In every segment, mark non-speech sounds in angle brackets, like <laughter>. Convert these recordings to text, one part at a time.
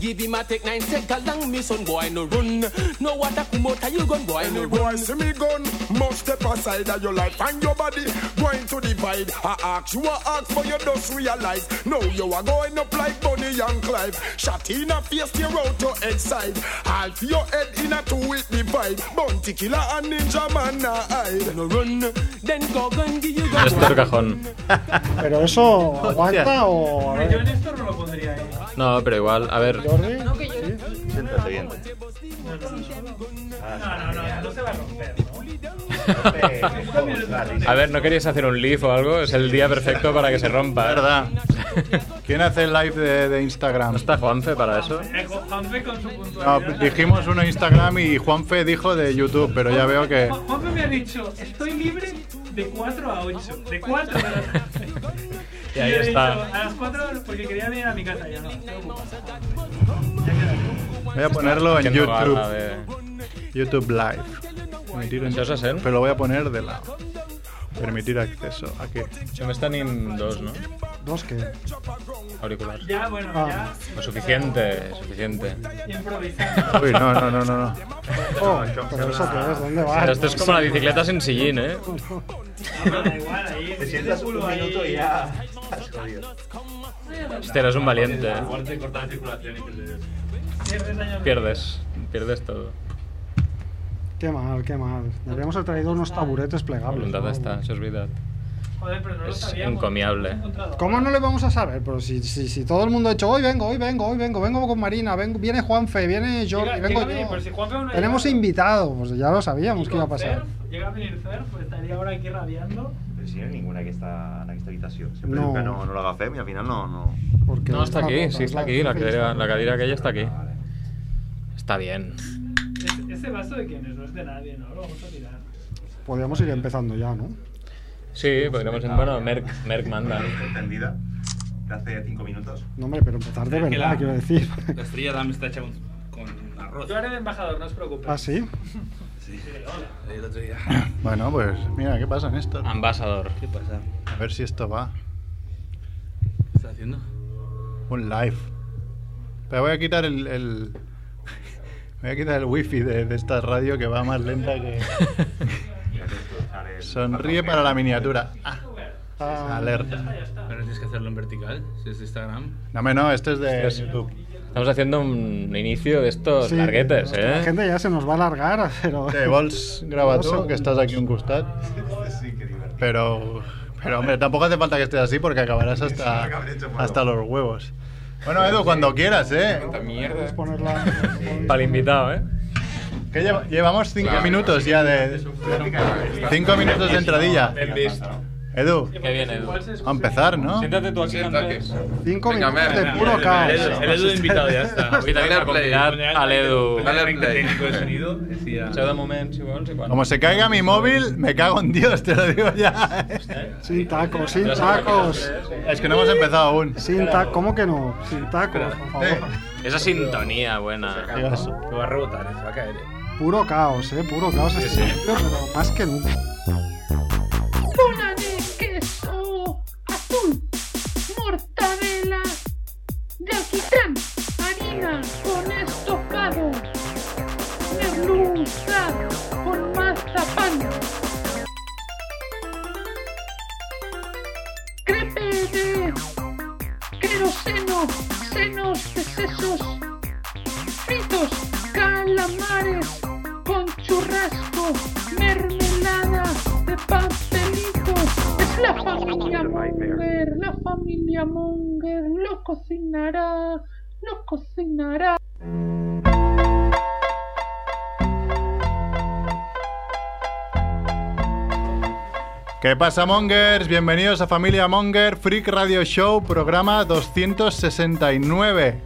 Give him a take nine, take along me son boy no run. No water come out of you gun boy no Any run. boy see me gun, must step aside of your life and your body. Going to divide. I ask you, I ask, but you just realize. No, you are going up like Bonnie and Clyde. Shot in a face, tear out your head side. Half your head in a two-week divide. Bounty killer and ninja man, nah hide. No run, then go gun give you gun. Néstor Cajón. Pero eso aguanta o. A Yo en ver, esto no lo pondría ¿eh? ahí. Ah, No, pero igual, a ver. Jordi. Siéntate bien. No, no, no, no se va a romper, ¿no? A ver, ¿no querías hacer un live o algo? Es el día perfecto para que se rompa. <laughs> verdad. ¿Quién hace el live de, de Instagram? ¿No está Juanfe para eso? Ejo, Juanfe Eh, con su No, puntualidad. pues, dijimos uno Instagram y Juanfe dijo de YouTube, pero ya veo que. Ju- Juanfe me ha dicho, estoy libre de 4 a 8. De 4 a las <laughs> 8. Y ahí yo le he está. dicho, a las 4 porque quería venir a mi casa. Ya no, estoy ocupado. Voy a ponerlo en Haciendo gala YouTube. de- YouTube Live. Permitir en- ¿Eso vas a hacer? Pero lo voy a poner de lado. Permitir acceso. ¿A qué? Se me están in dos, ¿no? Dos que. Auriculares. Ya, bueno, Ah. Pues suficiente, suficiente. ya improvisando. Uy, no, no, no, no. no. Oh, pero eso qué es, ¿dónde vas? Pero <laughs> esto es como la bicicleta sin sillín, ¿eh? Pero da igual, ahí. Te sientas un culo ahí. minuto y ya. has jodido. Hostia, eres un valiente. ¿eh? Igual te corta la circulación y pierdes. Pierdes años. Pierdes, pierdes todo. Qué mal, qué mal. Deberíamos haber traído unos taburetes La plegables. voluntad ¿no? está, se olvida. Joder, pero no lo Es sabíamos. encomiable. ¿Cómo no le vamos a saber? Pero si, si, si todo el mundo ha hecho, hoy vengo, hoy vengo, hoy vengo, vengo con Marina, vengo, viene Juanfe, viene Jordi, Llega- vengo llega bien, pero si yo. Juanfe aún no Tenemos llega. invitado, pues ya lo sabíamos que iba a pasar. Cerf, Llega a venir Cerf, pues estaría ahora aquí rabiando. Pero si no hay ninguna que está en esta habitación. Siempre No. digo que no, no lo haga fem y al final no. no. Porque No, está es la aquí, puta, sí, es está aquí. La jefe y cadera, está- la cadera aquella está aquí. Vale. Está bien. Es- ese vaso de quién es, no es de nadie, ¿no? Lo vamos a tirar. Podríamos ir empezando ya, ¿no? Sí, podríamos... Bueno, Merck, Merck manda. Encendida. De hace 5 minutos. No, hombre, pero empezar de Es que verdad, la- quiero <laughs> decir. La estrella Damm está hecha con, con arroz. Pues Yo haré de embajador, no os preocupéis. ¿Ah, sí? El otro día. Bueno, pues mira, ¿qué pasa, Néstor? Ambasador. ¿Qué pasa? A ver si esto va. ¿Qué está haciendo? Un live. Pero voy a quitar el. el- Voy a quitar el wifi de, de esta radio que va más <laughs> lenta que. Sonríe para la miniatura. Ah, Ah, alerta. Pero no tienes que hacerlo en vertical, si es de Instagram. No, me no, este es de Este es- YouTube. Estamos haciendo un inicio de estos sí, larguetes, La ¿eh? gente ya se nos va a alargar, <laughs> pero... Te vols grava tu, que estás aquí un costat. Este Sí, qué divertido. Pero, pero hombre, tampoco hace falta que estés así porque acabarás hasta, hasta los huevos. Bueno, Edu, cuando quieras, ¿eh? Puedes ponerla... Para el invitado, ¿eh? Que lleva- llevamos cinco minutos ya de... Cinco minutos de entradilla. Edu, Qué bien, Edu. <laughs> Igual se a empezar, ¿no? Siéntate tú aquí antes. Cinco Venga, minutos Mer, de puro el, caos. Edu- el Edu de invitado ya está. Avui tenim la convidat a l'Edu. Dale al El play. técnico de sonido decía... Seu de moment, si vols, i quan... Como se caiga mi móvil, me cago en Dios, te lo digo ya. ¿eh? Sin tacos, sin tacos. Es que no hemos empezado aún. Sin tacos, ¿cómo que no? Sin tacos, por favor. Eh, Esa sintonia buena. digas, Lo va a rebotar, eh, se va a caer. eh. Puro caos, ¿eh? Puro caos este sitio, pero más que nunca. bola de queso azul, mortadela de alquitrán, harina con estocado, merluza con mazapán, crepe de queroseno, senos de sesos, fritos, calamares con churrasco, mermelada de pastelito. Es la familia Monger, la familia Monger lo cocinará, lo cocinará. ¿Qué pasa, Mongers? Bienvenidos a Familia Monger, Freak Radio Show, programa 269.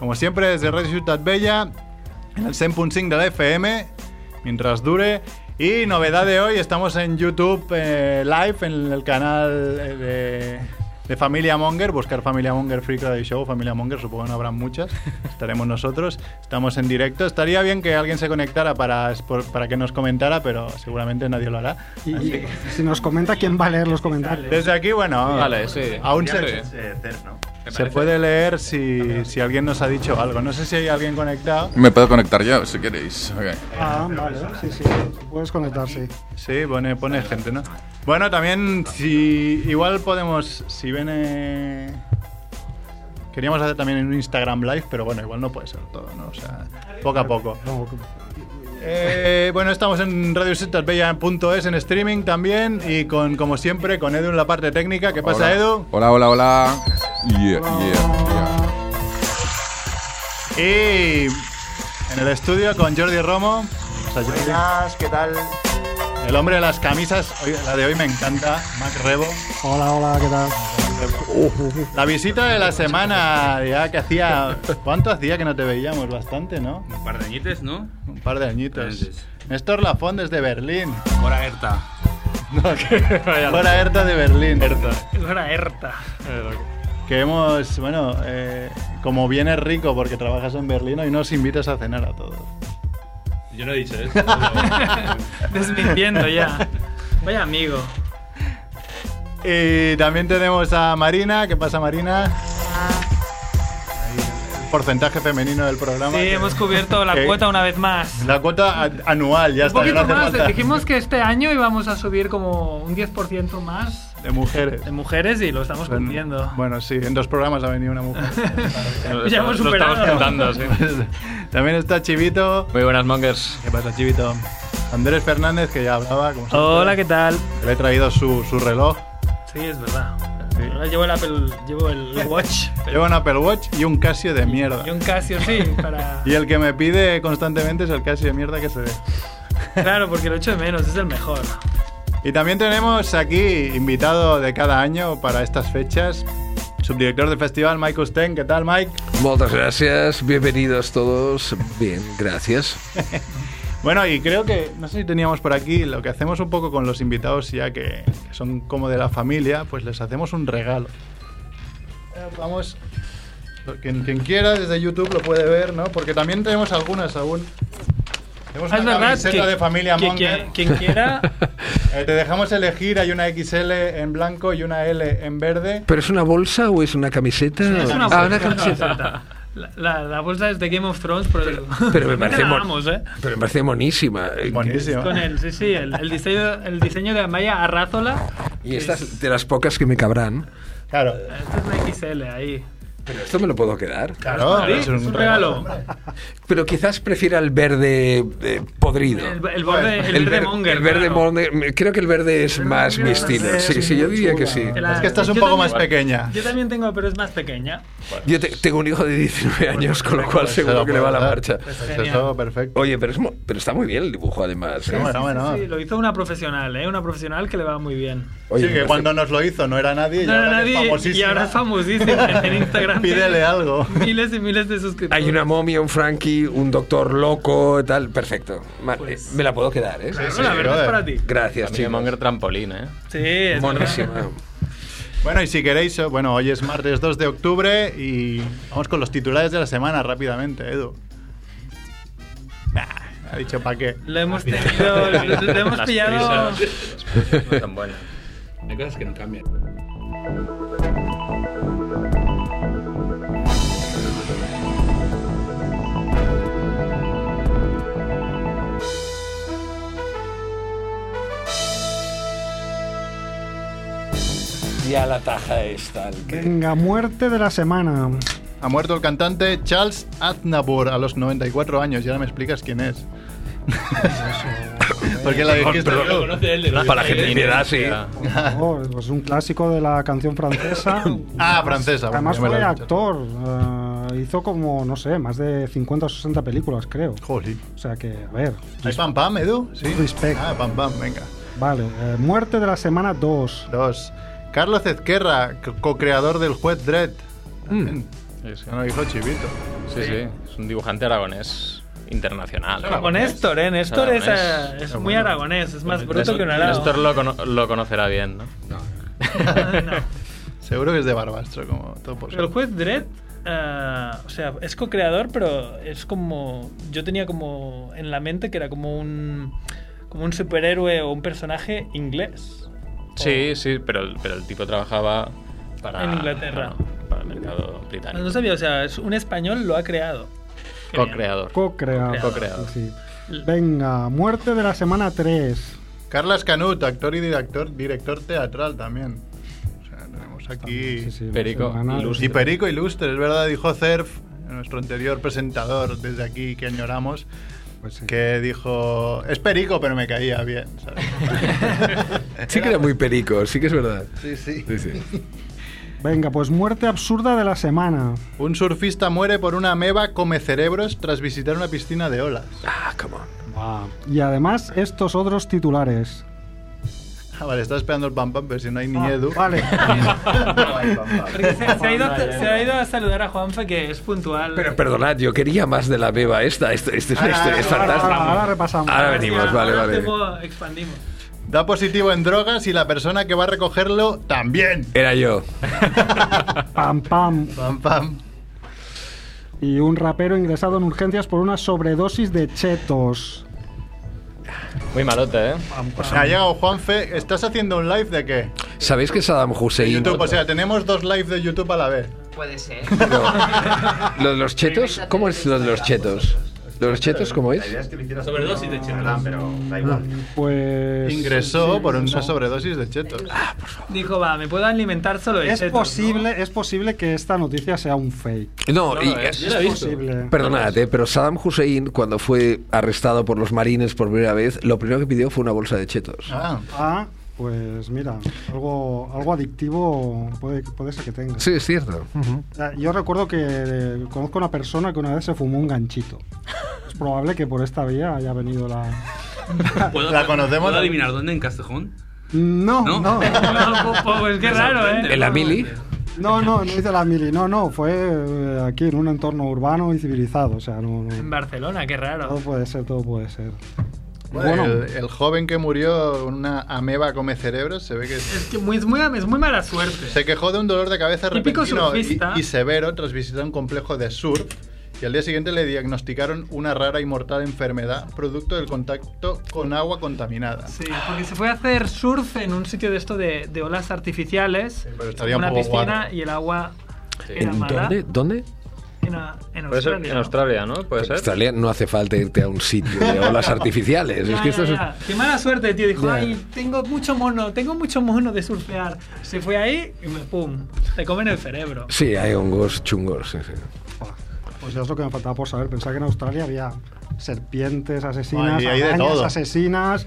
Como siempre, desde Radio Ciutat Bella, en el 100.5 de la FM, mientras dure. Y novedad de hoy, estamos en YouTube eh, Live, en el canal eh, de, de Familia Monger. Buscar Familia Monger Freak Radio Show, Familia Monger, supongo que no habrán muchas. Estaremos nosotros, estamos en directo. Estaría bien que alguien se conectara para, para que nos comentara, pero seguramente nadie lo hará. Y, y si nos comenta quién va a leer los comentarios. Desde aquí, bueno, Vale, sí. aún Siempre. se, Es eh, Cerf, ¿no? Se puede leer si, si alguien nos ha dicho algo. No sé si hay alguien conectado. Me puedo conectar yo, si queréis. Ok. Ah, vale, sí, sí. Puedes conectar, sí. Sí, pone, pone gente, ¿no? Bueno, también si igual podemos, si viene... Queríamos hacer también en un Instagram Live, pero bueno, igual no puede ser todo, ¿no? O sea, poco a poco. No, Eh, bueno, estamos en radiosetasbella.es en streaming también y con, como siempre, con Edu en la parte técnica. ¿Qué pasa, Hola. Pues, Edu? Hola, hola, hola. Yeah, yeah, yeah. Y en el estudio con Jordi Romo. O sea, Jordi, ¿qué tal? el hombre de las camisas. Oye, la de hoy me encanta, Mac Rebo. hola, hola, ¿qué tal? La visita de la semana, ya que hacía. ¿Cuánto hacía que no te veíamos? Bastante, ¿no? Un par de añites, ¿no? Un par de añitos. Antes. Néstor Lafón desde Berlín. Hora Erta. <laughs> No, que Fuera Herta de Berlín. Ahora Erta. Que hemos, bueno, eh, como vienes rico porque trabajas en Berlín, hoy nos invitas a cenar a todos. Yo no he dicho eso. Desmintiendo ya. Vaya amigo. Y también tenemos a Marina. ¿Qué pasa, Marina? Ah. Ahí, El porcentaje femenino del programa. Sí, que- hemos cubierto la que- cuota una vez más. La cuota a- anual, ya un está. ya no poquito hace más. falta. Dijimos que este año íbamos a subir como un 10% más De mujeres. de mujeres y lo estamos cumpliendo. Bueno, sí, en dos programas ha venido una <laughs> mujer. Ya hemos superado. estamos cantando, sí. también está Chivito. Muy buenas, mongers. ¿Qué pasa, Chivito? Andrés Fernández, que ya hablaba. como siempre. Hola, ¿qué tal? Le he traído su, su reloj. Sí, es verdad. Sí. Ahora llevo el Apple, llevo <laughs> el Watch Lleva un Apple Watch y un Casio de mierda. y un Casio, sí, para... Y el que me pide constantemente es el Casio de mierda que se ve. Claro, porque lo echo de menos, es el mejor. Y también tenemos aquí, invitado de cada año para estas fechas, subdirector del festival, Mike Usten. ¿Qué tal, Mike? Muchas gracias, bienvenidos todos. Bien, gracias. Bueno, y creo que, no sé si teníamos por aquí, lo que hacemos un poco con los invitados, ya que, que son como de la familia, pues les hacemos un regalo. Eh, Vamos, lo- quien, quien quiera desde YouTube lo puede ver, ¿no? Porque también tenemos algunas aún. Tenemos Ah, es una verdad camiseta de familia que- Monger. que- quien <laughs> quiera... Eh, te dejamos elegir, hay una XL en blanco y una L en verde. ¿Pero es una bolsa o es una camiseta? es una Ah, una bolsa, una camiseta. bolsa. La, la- la bolsa es de Game of Thrones, pero, pero <laughs> me parece mon- Vamos, ¿eh? Pero me parece monísima. Eh, Buenísimo. Con el, sí, sí, el, el diseño, el diseño de Amaya Arrázola. Y estas de las pocas que me cabrán. Claro, Esta es la XL ahí. Pero esto me lo puedo quedar. claro. Sí, es un regalo. Pero quizás prefiera el verde eh, podrido. El, el borde, el, verde ver- monger. el verde claro. monger- Creo que el verde es más mi estilo. es Sí, sí, yo diría que sí. La- Es que esta es un yo poco también- más pequeña. Yo también tengo, pero es más pequeña. Yo te- tengo un hijo de 19 años, con lo cual seguro que le va la marcha. Pues Genial. eso, perfecto. Oye, pero, es mo- pero está muy bien el dibujo además. ¿eh? bueno, bueno. Sí, lo hizo una profesional, ¿eh? Una profesional que le va muy bien. Oye, me sí, que parece- cuando nos lo hizo no era nadie y No, no, ahora es nadie. famosísima. Y ahora es famosísima <laughs> en Instagram. Pídele algo. Miles y miles de suscriptores. Hay una momia, un Frankie, un doctor loco, tal. Perfecto. Ma- eh, me la puedo quedar, ¿eh? Claro, Sí, la sí, verdad es brother. para ti. Gracias, Familia chicos. Monger trampolín, ¿eh? Sí, es Monísima. <laughs> Bueno, y si queréis, eh, bueno, hoy es martes 2 de octubre y vamos con los titulares de la semana rápidamente, Edu. Nah, ha dicho para qué. Lo hemos tenido, lo, lo hemos Las pillado. prisas no tan buenas. Hay cosas que no cambian. Ya la taja esta. el que- Venga, muerte de la semana. Ha muerto el cantante Charles Aznavour a los 94 años y ahora me explicas <laughs> quién es. Porque la dijiste perdón. tú. Conoce él, Ah, Para la gente de mi edad, sí. <laughs> Oh, pues un clásico de la canción francesa. Ah, francesa. bueno, Además ya me lo fue has dicho. actor. eh, hizo como, no sé, más de 50 o 60 películas, creo. Jolín. O sea que, a ver. ¿Hay pam pam, Edu? Sí. Respect. Ah, pam pam, venga. Vale, eh, muerte de la semana 2. Dos. Carlos Ezquerra, co- co-creador del juez Dredd. También. Sí, sí. Ya lo dijo Chivito. Sí, sí. Es un dibujante aragonés internacional. Con Néstor, ¿eh? Néstor es, Aragonés. eh, es muy aragonés, es más bruto que un arado. Néstor lo, cono- lo conocerá bien, ¿no? <laughs> No. Seguro que es de Barbastro, como todo por El juez Dredd, eh, o sea, es co-creador, pero es como. Yo tenía como en la mente que era como un. Como un superhéroe o un personaje inglés. Sí, sí, pero, el- pero el tipo trabajaba para. En Inglaterra. para- al mercado británico. No sabía, o sea, es un español lo ha creado. Co-creador. Co-creador. Co-creador. Sí, sí. Venga, muerte de la semana 3. Carlas Canut, actor y director, director teatral también. O sea, tenemos aquí Perico semana- Ilustre. Y Perico Ilustre, es verdad, dijo Cerf, nuestro anterior presentador desde aquí que añoramos, que dijo, es Perico, pero me caía bien. ¿sabes? Sí que era muy perico, sí que es verdad. Sí, sí. Venga, pues muerte absurda de la semana. Un surfista muere por una ameba come cerebros tras visitar una piscina de olas. Ah, come on. Y además estos otros titulares. Ah, vale, estaba esperando el pam pam, pero si no hay ni Edu. <laughs> Vale. Porque se, se <laughs> ha ido, se ha ido a saludar a Juanfe, que es puntual. Pero perdonad, yo quería más de la beba esta. Este, este, Ah, este es ahora- fantástico. ahora- ahora repasamos. Ahora venimos, vale, Ahora vale. hacemos- expandimos. Da positivo en drogas y la persona que va a recogerlo también. Era yo. Pam pam. Pam pam. Y un rapero ingresado en urgencias por una sobredosis de chetos. Muy malota, ¿eh? O Pues sea, ha llegado Ah, Juanfe. ¿Estás haciendo un live de qué? ¿Sabéis que Saddam De Hussein, YouTube. O sea, tenemos dos live de YouTube a la vez. Puede ser. lo de los chetos? ¿Cómo es lo de los chetos? ¿Lo de los chetos cómo es? La idea es que lo hicieras Sobredosis de chetos. pero da igual. Pues. Ah. Ingresó por una sobredosis de chetos. Ah. Dijo, va, me puedo alimentar solo de Es chetos, <laughs> posible, es posible que esta noticia sea un fake. No, No, y, eh, yo la he Es visto. posible. Perdonad, eh, pero Saddam Hussein, cuando fue arrestado por los marines por primera vez, lo primero que pidió fue una bolsa de chetos. Ah. pues mira, algo, algo adictivo puede, puede ser que tenga. Sí, es cierto. Ah, Yo recuerdo que eh, conozco una persona que una vez se fumó un ganchito. Es probable que por esta vía haya venido la. ¿Puedo, La conocemos. ¿Puedo adivinar dónde? ¿En Castejón? No, no. No, pues qué raro, ¿eh? ¿En la mili? no, no, hice la mili. No, no, fue eh, aquí en un entorno urbano y civilizado. O sea, no, En no. Barcelona, qué raro. Todo puede ser, todo puede ser. Bueno, el, el joven que murió con una ameba come cerebros se ve que Es que muy, es, muy, es muy mala suerte. se quejó de un dolor de cabeza Típico repentino y, surfista. y severo tras visitar un complejo de surf y al día siguiente le diagnosticaron una rara y mortal enfermedad producto del contacto con agua contaminada. Sí, porque se fue a hacer surf en un sitio de esto de, de olas artificiales. pero estaría un una poco piscina guarro. y el agua era ¿En mala. dónde? ¿Dónde? En, a- en Puede ser Australia. en Australia, ¿no? Puede ser. Australia no hace falta irte a un sitio de olas artificiales. Ya, es que ya, esto es... ya. Qué mala suerte, tío. Dijo, Ya. ay, tengo mucho mono, tengo mucho mono de surfear. Se fue ahí y pum, te comen el cerebro. Sí, hay hongos chungos. sí, sí. Pues eso es lo que me faltaba por saber. Pensaba que en Australia había serpientes asesinas, Ahí hay de arañas todo. asesinas,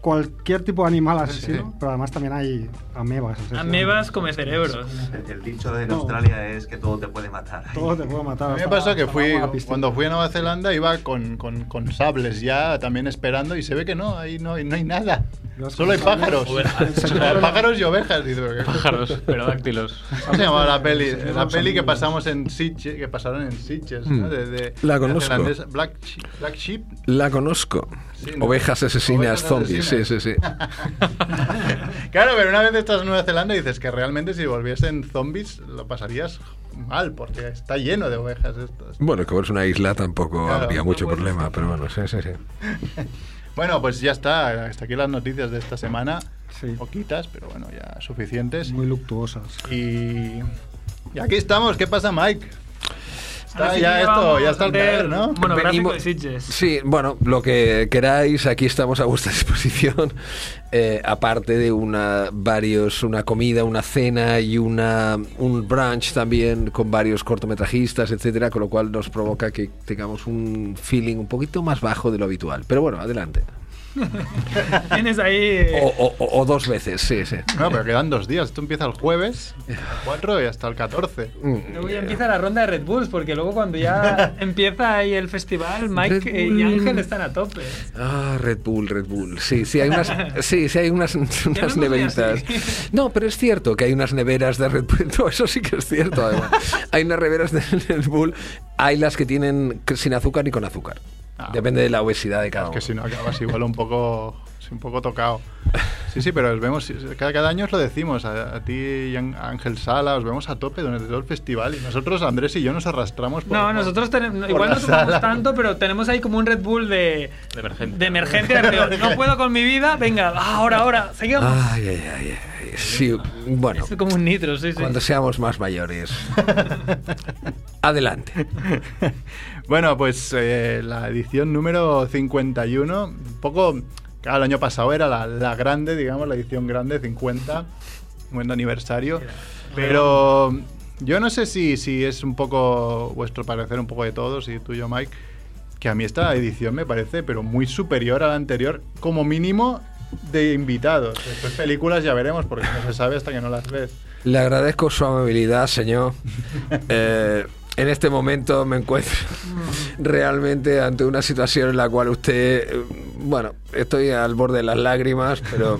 cualquier tipo de animal asesino. Pero además también hay amebas asesinas. Amebas come cerebros. El, el dicho de en Australia es que todo te puede matar. Todo te puede matar. A mí me hasta- pasó que hasta fui, la piscina. cuando fui a Nueva Zelanda iba con, con- con sables ya también esperando y se ve que no, ahí no, hay- no hay nada. Los Solo hay sables. pájaros. <laughs> Ovejas. O sea, pájaros y ovejas. <laughs> dice, ¿pero qué? Pájaros, <laughs> perodáctilos. ¿Cómo se llamaba la peli? Sí, La vamos peli a que ver. pasamos en Sitges, que pasaron en Sitges, Hmm. ¿no? De, de- La de conozco. neerlandesa. Black, Sheep- Black Sheep. La conozco. Sí, ¿no? Ovejas asesinas, Ovejas zombies. Sí, asesinas. sí, sí. <laughs> Claro, pero una vez estás en Nueva Zelanda y dices que realmente si volviesen zombies lo pasarías mal, porque está lleno de ovejas esto. Bueno, como es una isla tampoco Claro, habría no mucho puedes- problema, pero bueno, sí, sí, sí. Bueno, pues ya está. Hasta aquí las noticias de esta semana. Poquitas, pero bueno, ya suficientes. Muy luctuosas. Y, y aquí estamos. ¿Qué pasa, Mike? Está Ahora sí ya que esto, vamos ya a está al hacer caer, ¿no? monográfico Venimos- de Sitges. Sí, bueno, lo que queráis, aquí estamos a vuestra <laughs> disposición. Eh, aparte de una varios, una comida, una cena y una un brunch también con varios cortometrajistas, etcétera, con lo cual nos provoca que tengamos un feeling un poquito más bajo de lo habitual. Pero bueno, adelante. Tienes ahí. <laughs> eh, O, o- o- o dos veces, sí, sí. No, pero quedan dos días. Esto empieza el jueves, el 4 y hasta el 14. Luego ya empieza la ronda de Red Bulls, porque luego <laughs> cuando ya empieza ahí el festival, Mike Red eh, Bull. y Ángel están a tope. Ah, Red Bull, Red Bull. Sí, sí, hay unas, sí, sí, hay unas, no unas hemos neveritas. <laughs> No, pero es cierto que hay unas neveras de Red Bull. <laughs> No, eso sí que es cierto, además. Hay unas neveras de Red Bull. Hay las que tienen que- sin azúcar ni con azúcar. Ah, Depende de la obesidad de cada Es uno. que si no acabas igual un poco, sí, un poco tocado. Sí, sí, pero os vemos, cada, cada año os lo decimos, a, a ti y a Ángel Sala, os vemos a tope durante todo el festival y nosotros, Andrés y yo, nos arrastramos por... No, nosotros tenemos, por igual la no tomamos sala. tanto, pero tenemos ahí como un Red Bull de, De emergencia. de emergencia. de peor. no puedo con mi vida, venga, ah, ahora, ahora, seguimos. Ay, ay, ay, ay. Sí, bueno. Es como un nitro, sí, sí. Cuando seamos más mayores. Adelante. <laughs> Bueno, pues eh, la edición número 51, un poco, claro, el año pasado era la, la grande, digamos, la edición grande, 50, 50 aniversario, pero yo no sé si, si es un poco vuestro parecer, un poco de todos, y tuyo, Mike, que a mí esta edición me parece, pero muy superior a la anterior, como mínimo de invitados. Después películas ya veremos, porque no se sabe hasta que no las ves. Le agradezco su amabilidad, señor. Eh, en este momento me encuentro realmente ante una situación en la cual usted, eh, bueno, estoy al borde de las lágrimas, pero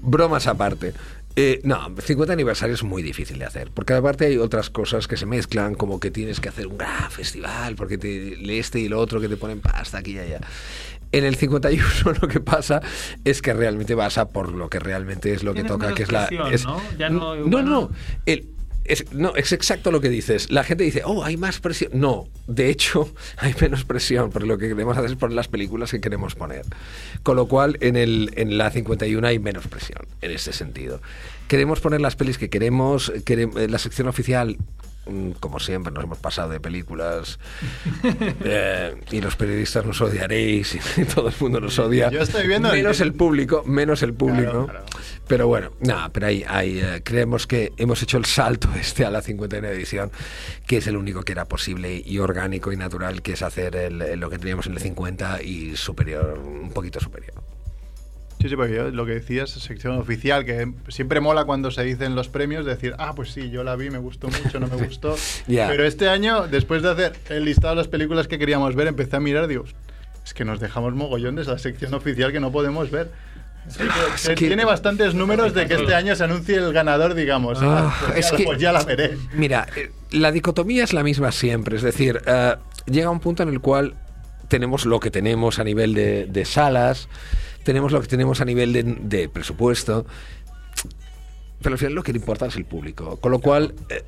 bromas aparte. Eh, no, 50 aniversario es muy difícil de hacer, porque aparte hay otras cosas que se mezclan, como que tienes que hacer un gran festival, porque te, este y lo otro que te ponen pasta aquí y allá. En el 51 <laughs> lo que pasa es que realmente vas a por lo que realmente es lo que Tienes toca, menos que es la... presión, es- ¿no? Ya no- no, no. El- es, no, es exacto lo que dices. La gente dice, oh, hay más presión. No, de hecho, <laughs> hay menos presión, porque lo que queremos hacer es poner las películas que queremos poner. Con lo cual, en, el, en la 51 hay menos presión, en este sentido. Queremos poner las pelis que queremos. querem- eh, la sección oficial, mm, como siempre, nos hemos pasado de <laughs> películas. eh, y los periodistas nos odiaréis, y <laughs> todo el mundo nos odia. Yo estoy viendo el- Menos el público, menos el público. Claro, Pero bueno, nada, pero ahí, ahí, eh, creemos que hemos hecho el salto <laughs> este a la 51 edición, que es el único que era posible y orgánico y natural, que es hacer el- el- lo que teníamos en el 50 y superior, un poquito superior. Sí, sí, porque yo lo que decías, sección oficial, que siempre mola cuando se dicen los premios, decir, ah, pues sí, yo la vi, me gustó mucho, no me gustó. <laughs> Ya. Pero este año, después de hacer el listado de las películas que queríamos ver, empecé a mirar, digo, es que nos dejamos mogollón de esa sección oficial que no podemos ver. Es Se que- Tiene bastantes números de que Ah. este año se anuncie el ganador, digamos. Ah, Ah, pues, es ya, la- que- pues ya la veré. Mira, eh, la dicotomía es la misma siempre, es decir, eh, llega un punto en el cual tenemos lo que tenemos a nivel de, de salas, tenemos lo que tenemos a nivel de, de presupuesto, pero al final lo que le importa es el público, con lo cual eh,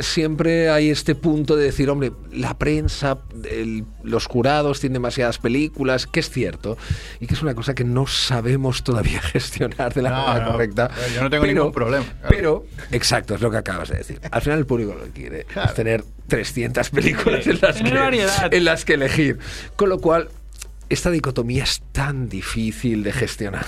siempre hay este punto de decir, hombre, la prensa, el- los jurados tienen demasiadas películas, que es cierto, y que es una cosa que no sabemos todavía <laughs> gestionar de la No, manera no, correcta. yo no tengo pero- ningún problema. Pero, exacto, es lo que acabas de decir. Al final el público lo que quiere es tener 300 películas en las, Tener variedad. que, en las que elegir. Con lo cual, esta dicotomía es tan difícil de gestionar.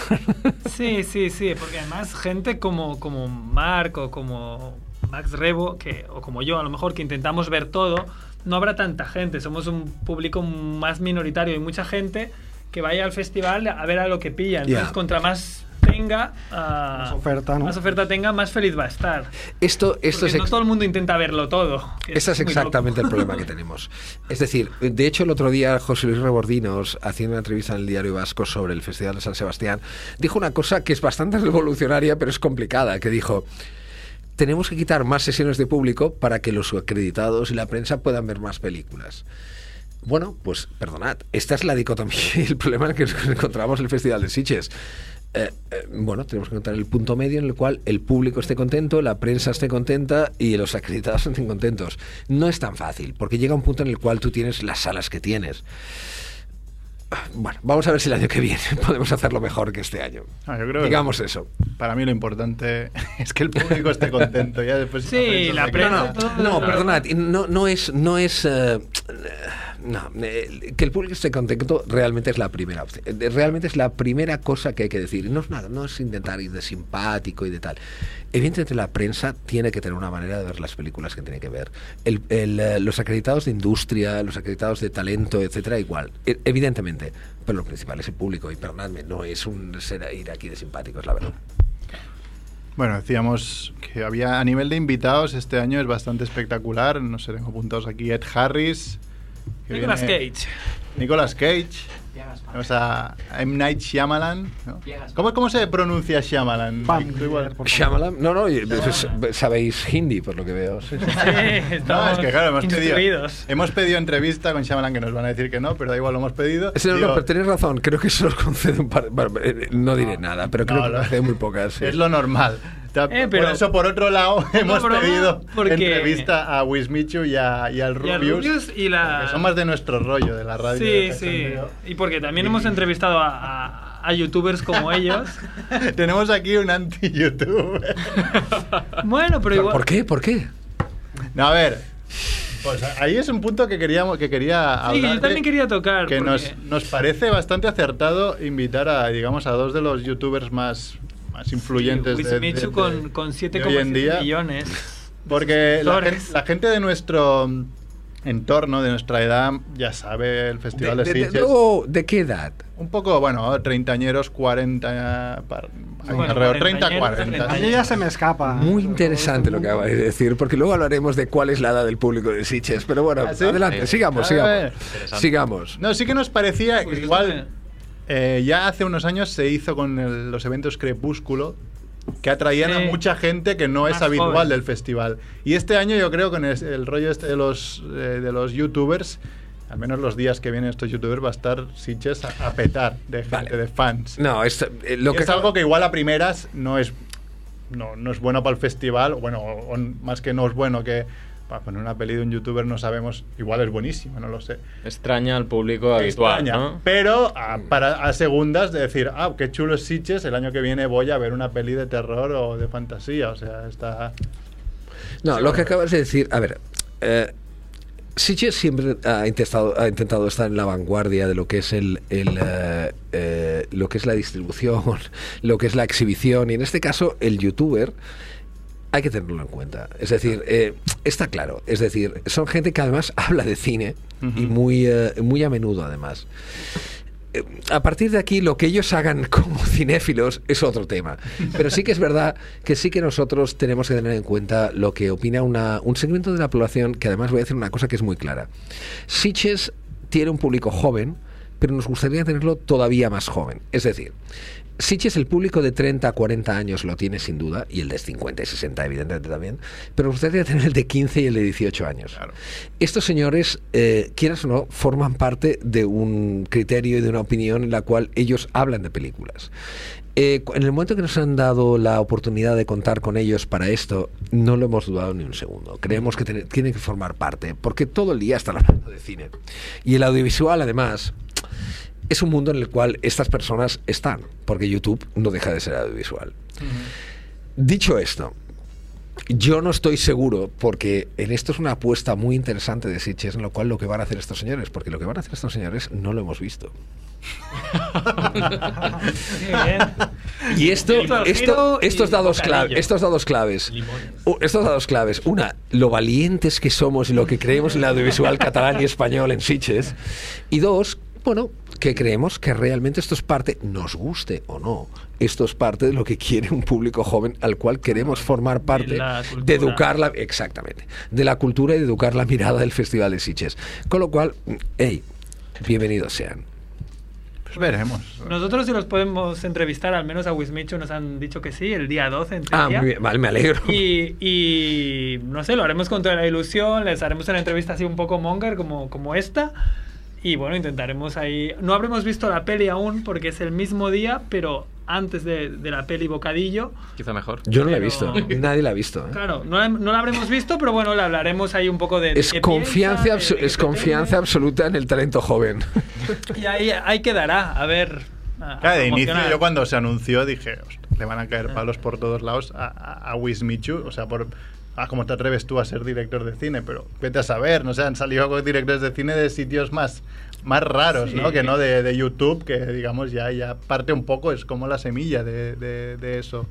Sí, sí, sí, porque además gente como, como Marc o como Max Rebo, que, o como yo a lo mejor, que intentamos ver todo, no habrá tanta gente, somos un público más minoritario y mucha gente que vaya al festival a ver a lo que pilla. Entonces, Ya. contra más tenga, ah, más, oferta, ¿no? oferta tenga, más feliz va a estar. Esto, esto Porque es no ex- todo el mundo intenta verlo todo. Ese es muy exactamente el loco. problema que tenemos. Es decir, de hecho el otro día José Luis Rebordinos, haciendo una entrevista en el Diario Vasco sobre el Festival de San Sebastián, dijo una cosa que es bastante <laughs> revolucionaria, pero es complicada, que dijo, tenemos que quitar más sesiones de público para que los acreditados y la prensa puedan ver más películas. Bueno, pues perdonad, esta es la dicotomía y el problema en el que nos encontramos en el Festival de Sitges. Eh, eh, bueno, tenemos que encontrar el punto medio en el cual el público esté contento, la prensa esté contenta y los acreditados <laughs> estén contentos. No es tan fácil, porque llega un punto en el cual tú tienes las salas que tienes. Bueno, vamos a ver si el año que viene <laughs> podemos hacerlo mejor que este año. Ah, yo creo que- Digamos eso. Para mí lo importante <laughs> es que el público esté contento. Ya después Sí, la se prensa- queja. No, no. No, perdonad, no, no es... No es eh, no, eh, que el público esté contento realmente es la primera opción. eh, Realmente es la primera cosa que hay que decir. No es nada, no es intentar ir de simpático y de tal. Evidentemente la prensa tiene que tener una manera de ver las películas que tiene que ver. El- el, eh, los acreditados de industria, los acreditados de talento, etcétera, igual. E- evidentemente. Pero lo principal es el público. Y perdonadme, no es un ser ir aquí de simpático, es la verdad. Bueno, decíamos que había a nivel de invitados este año es bastante espectacular. No sé, tengo apuntados aquí Ed Harris. que Nicolas viene- Cage. Nicolas Cage. Tenemos a M. Night Shyamalan. ¿no? ¿Cómo, ¿Cómo se pronuncia Shyamalan? Tú igual- Shyamalan, no, no, y- pues, sabéis hindi por lo que veo. sí, <laughs> sí. No, es estamos que claro, hemos pedido, instruidos. hemos pedido entrevista con Shyamalan que nos van a decir que no, pero da igual, lo hemos pedido. Sí, no, no, Digo, pero tenéis razón, creo que se los concede un par. bueno, eh, no diré nada, pero creo no, que no. concede muy pocas. sí. Es lo normal. Ta- Eh, pero- por eso, por otro <laughs> lado, hemos broma, pedido porque- entrevista a Wismichu y, a- y al Y a Rubius. Rubius y la... que son más de nuestro rollo, de la radio. Sí, del sí. cachondeo. Y porque también Y- hemos entrevistado a, a- a youtubers <laughs> como ellos. <laughs> Tenemos aquí <laughs> un anti-YouTube. bueno, pero igual. ¿Por qué? ¿Por qué? No, a ver. Pues ahí es un punto que, queríamos, que quería Sí, hablar. yo también que- quería tocar. que porque- nos, nos parece bastante acertado invitar a, digamos, a dos de los youtubers más, más influyentes de, de- Wismichu de- con, con hoy en 7,7 día. millones. Porque la, Torres. gen- la gente de nuestro entorno, de nuestra edad, ya sabe el Festival de, De- de- de- Sitges. no, ¿de qué edad? Un poco, bueno, treintañeros, cuarenta... par- Bueno, alrededor, treinta, cuarentañeros, cuarenta. treintañeros. A mí ya se me escapa. ¿eh? Muy interesante lo que acabas de decir, porque luego hablaremos de cuál es la edad del público de Sitges. Pero bueno, ¿Ah, sí? adelante, Sí. sigamos, A sigamos. ver. Interesante. Sigamos. No, sí que nos parecía que <laughs> igual. eh, ya hace unos años se hizo con el- los eventos Crepúsculo, que atraían a Sí. mucha gente que no es Más habitual joven. del festival. Y este año yo creo con el, el rollo este de los, eh, de los youtubers, al menos los días que vienen estos youtubers, va a estar Sitges a, a petar de gente, de fans. No, es, eh, lo Y que es algo que igual a primeras no es, no, no es bueno para el festival, bueno, o- o más que no es bueno que... Para poner una peli de un youtuber no sabemos, igual es buenísimo, no lo sé. Extraña al público habitual, España. ¿no? Mm. Pero a, para, a segundas de decir, ah, qué chulo es Sitges, el año que viene voy a ver una peli de terror o de fantasía. O sea, está. No, lo que acabas de decir, a ver, eh, Sitges siempre ha intentado, ha intentado estar en la vanguardia de lo que es el, el, eh, eh, lo que es la distribución, <laughs> lo que es la exhibición y en este caso el youtuber. Hay que tenerlo en cuenta. Es decir, eh, está claro. Es decir, son gente que además <laughs> habla de cine y muy, eh, muy a menudo además. Eh, a partir de aquí, lo que ellos hagan <laughs> como cinéfilos es otro tema. Pero sí que es verdad que sí que nosotros tenemos que tener en cuenta lo que opina una- un segmento de la población, que además voy a decir una cosa que es muy clara. Sitges tiene un público joven, pero nos gustaría tenerlo todavía más joven. Es decir, Sitges, el público de 30 a 40 años lo tiene sin duda, y el de 50 y 60 evidentemente también, pero nos gustaría tener el de 15 y el de 18 años. Estos señores, eh, quieras o no, forman parte de un criterio y de una opinión en la cual ellos hablan de películas. Eh, cu- en el momento que nos han dado la oportunidad de contar con ellos para esto, no lo hemos dudado ni un segundo. Creemos que tiene- tienen que formar parte, porque todo el día están hablando de cine. Y el audiovisual, además, es un mundo en el cual estas personas están, porque YouTube no deja de ser audiovisual. Dicho esto, yo no estoy seguro, porque en esto es una apuesta muy interesante de Sitges, en lo cual lo que van a hacer estos señores, porque lo que van a hacer estos señores no lo hemos visto. Y esto, Limón. esto, Y estos dados clave, bocadillo. estos dados claves, u- estos dados claves, una, lo valientes que somos y lo que creemos en el audiovisual catalán y español en Sitges, y dos, bueno, que creemos que realmente esto es parte, nos guste o no, esto es parte de lo que quiere un público joven al cual queremos formar parte, la de cultura. educarla, exactamente, de la cultura y de educar la mirada del Festival de Sitges. Con lo cual, mm, hey, bienvenidos sean. Pues veremos. Nosotros si los podemos entrevistar, al menos a Wismichu nos han dicho que sí, el día 12 en Ah, teoría. muy bien, vale, me alegro. Y, y, no sé, lo haremos con toda la ilusión, les haremos una entrevista así un poco monger como, como esta. Y bueno, intentaremos ahí... No habremos visto la peli aún porque es el mismo día, pero antes de, de la peli Bocadillo. Quizá mejor. Yo no la he Pero- visto, <laughs> nadie la ha visto. ¿eh? Claro, no, la- no la habremos visto, pero bueno, le hablaremos ahí un poco de... de Es qué confianza, abso- piensa, de- de es qué confianza absoluta en el talento joven. pretende. Y ahí, ahí quedará, a ver... a- a Claro, de inicio, promocionar. yo cuando se anunció dije, "Hostia, le van a caer palos por todos lados a, a, a Wismichu, o sea, por. Ah, ¿cómo te atreves tú a ser director de cine? Pero vete a saber, no sé, han salido con directores de cine de sitios más, más raros, Sí. ¿no? Que no de, de YouTube, que digamos ya, ya parte un poco, es como la semilla de, de- de eso.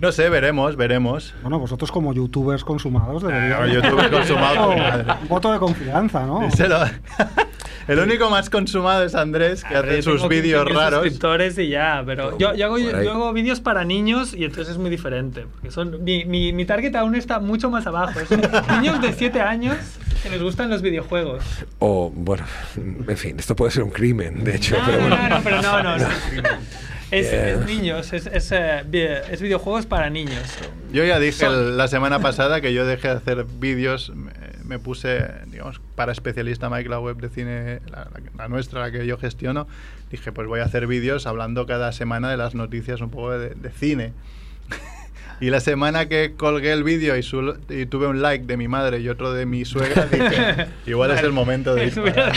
No sé, veremos, veremos. Bueno, vosotros como youtubers consumados deberíais... Claro, youtubers consumados, Un madre. <laughs> Voto de confianza, ¿no? <laughs> Se lo- El único más consumado es Andrés, que Hombre, hace yo tengo sus vídeos 15.000 raros. suscriptores y ya, pero yo, yo hago, por ahí. yo hago vídeos para niños y entonces es muy diferente. Porque son, mi, mi, mi target aún está mucho más abajo. Es <laughs> niños de 7 años que les gustan los videojuegos. O, bueno, en fin, esto puede ser un crimen, de hecho. No, pero Ah, no, bueno. no, no, pero no, no. <laughs> Es, es- Eh. es niños, es, es, eh, vi- es videojuegos para niños. Yo ya dije el- la semana pasada que yo dejé de hacer vídeos, me, me puse, digamos, para especialista Mike, la web de cine, la, la- la nuestra, la que yo gestiono, dije, pues voy a hacer vídeos hablando cada semana de las noticias un poco de, de cine. <laughs> Y la semana que colgué el vídeo y, su- y tuve un like de mi <laughs> madre y otro de mi suegra, dije, igual es el momento de ir. Eso hubiera-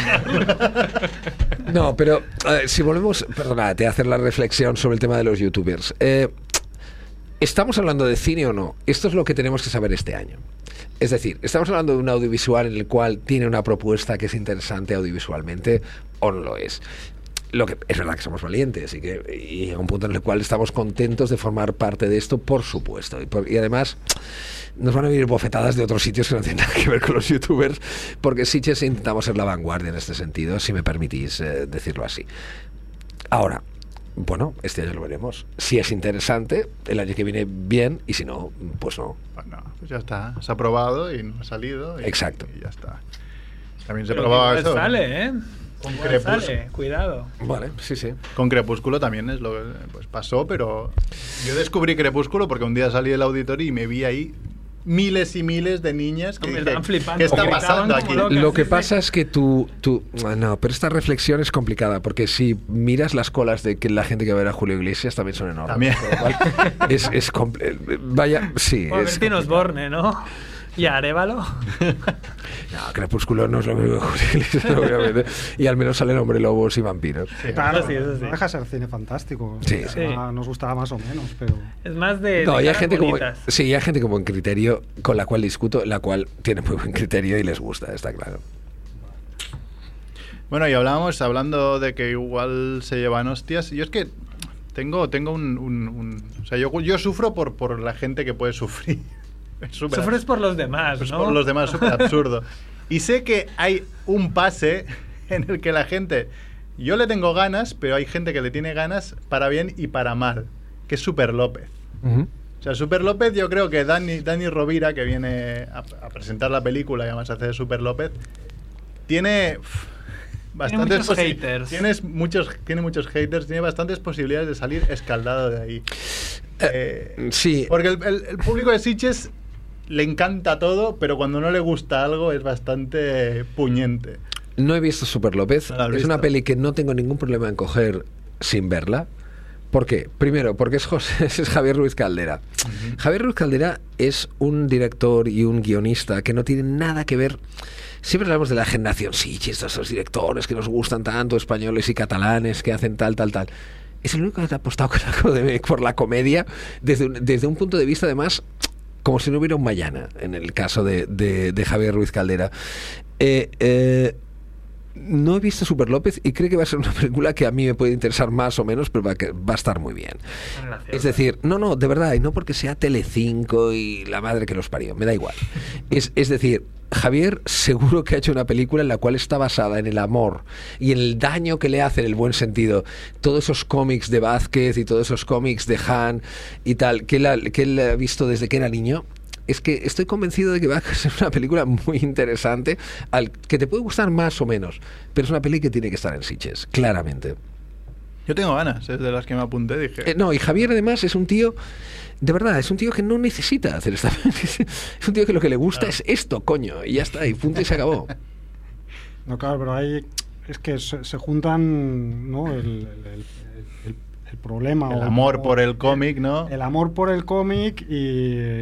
No, pero eh, si volvemos, perdónate, a hacer la reflexión sobre el tema de los youtubers. Eh, ¿Estamos hablando de cine o no? Esto es lo que tenemos que saber este año. Es decir, estamos hablando de un audiovisual en el cual tiene una propuesta que es interesante audiovisualmente o no lo es. Lo que, es verdad que somos valientes y que y llega un punto en el cual estamos contentos de formar parte de esto, por supuesto. Y, por- y además nos van a venir bofetadas de otros sitios que no tienen nada que ver con los youtubers, porque Sitges intentamos ser la vanguardia en este sentido, si me permitís eh, decirlo así. Ahora, bueno, este año lo veremos. Si es interesante, el año que viene bien, y si no, pues no. <laughs> Pues ya está, se ha probado y no ha salido. y- Exacto. Y ya está. También se Pero probaba igual eso. sale, ¿eh? Con Igual crepús- sale, Cuidado. Vale, sí, sí. Con Crepúsculo también es lo que pues, pasó, pero yo descubrí Crepúsculo porque un día salí del auditorio y me vi ahí miles y miles de niñas que Hombre, dije, estaban flipando, ¿qué está gritaban pasando como aquí? locas. Lo que pasa es que tú, tú... No, pero esta reflexión es complicada, porque si miras las colas de que la gente que va a ver a Julio Iglesias también son enormes. También. con lo cual es, es comple- eh, Vaya, sí. O a es Bertino Osborne, ¿no? Y a Arevalo. No, Crepúsculo no es lo mismo que Julio <laughs> Iglesias, obviamente. Y al menos salen hombre lobos y vampiros. Claro, <laughs> sí, eso sí. no deja ser cine fantástico. Sí. Ah, Nos gustaba más o menos, pero. Es más de. No, de y hay caras gente como, bonitas. sí, y hay gente como en criterio con la cual discuto, la cual tiene muy buen criterio y les gusta, está claro. <laughs> Bueno, y hablábamos, hablando de que igual se llevan hostias, yo es que tengo, tengo un, un- un- O sea, yo, yo sufro por, por la gente que puede sufrir. <laughs> Es súper Sufres por los demás, ¿no? Pues por los demás, súper absurdo. Y sé que hay un pase en el que la gente, yo le tengo ganas, pero hay gente que le tiene ganas para bien y para mal, que es Super López. O sea, Super López, yo creo que Dani, Dani Rovira, que viene a, a presentar la película y además hace de Super López, tiene uf, bastantes muchos posi- haters. tienes muchos, tiene muchos haters, tiene bastantes posibilidades de salir escaldado de ahí. Eh, Sí, porque el, el- el público de Sitges le encanta todo, pero cuando no le gusta algo es bastante puñente. no he visto Super López. No la has es una visto. peli que no tengo ningún problema en coger sin verla. ¿Por qué? Primero, porque es, José, <laughs> es Javier Ruiz Caldera. Javier Ruiz Caldera es un director y un guionista que no tiene nada que ver. Siempre hablamos de la generación Sitges, de esos directores que nos gustan tanto, españoles y catalanes que hacen tal, tal, tal. Es el único que ha apostado <laughs> con la com- por la comedia desde un, desde un punto de vista, además, como si no hubiera un mañana, en el caso de, de- de Javier Ruiz Caldera. Eh, eh, no he visto Super López y creo que va a ser una <laughs> película que a mí me puede interesar más o menos, pero va, que- va a estar muy bien. Es decir, no, no, de verdad, y no porque sea Telecinco y la madre que los parió, me da igual. Es, es decir, Javier seguro que ha hecho una película en la cual está basada en el amor y en el daño que le hace en el buen sentido. Todos esos cómics de Vázquez y todos esos cómics de Han y tal, que él ha- que él ha visto desde que era niño, es que estoy convencido de que va a ser una película muy interesante, al que te puede gustar más o menos, pero es una peli que tiene que estar en Sitges, claramente. Yo tengo ganas, es de las que me apunté, dije. Eh, no, y Javier además es un tío, de verdad, es un tío que no necesita hacer esta <laughs> Es un tío que lo que le gusta es esto, coño, y ya está, y punto y se acabó. No, claro, pero ahí es que se, se juntan ¿no? el, el- el- el- el problema. el o- amor o por el cómic, ¿no? el amor por el cómic y,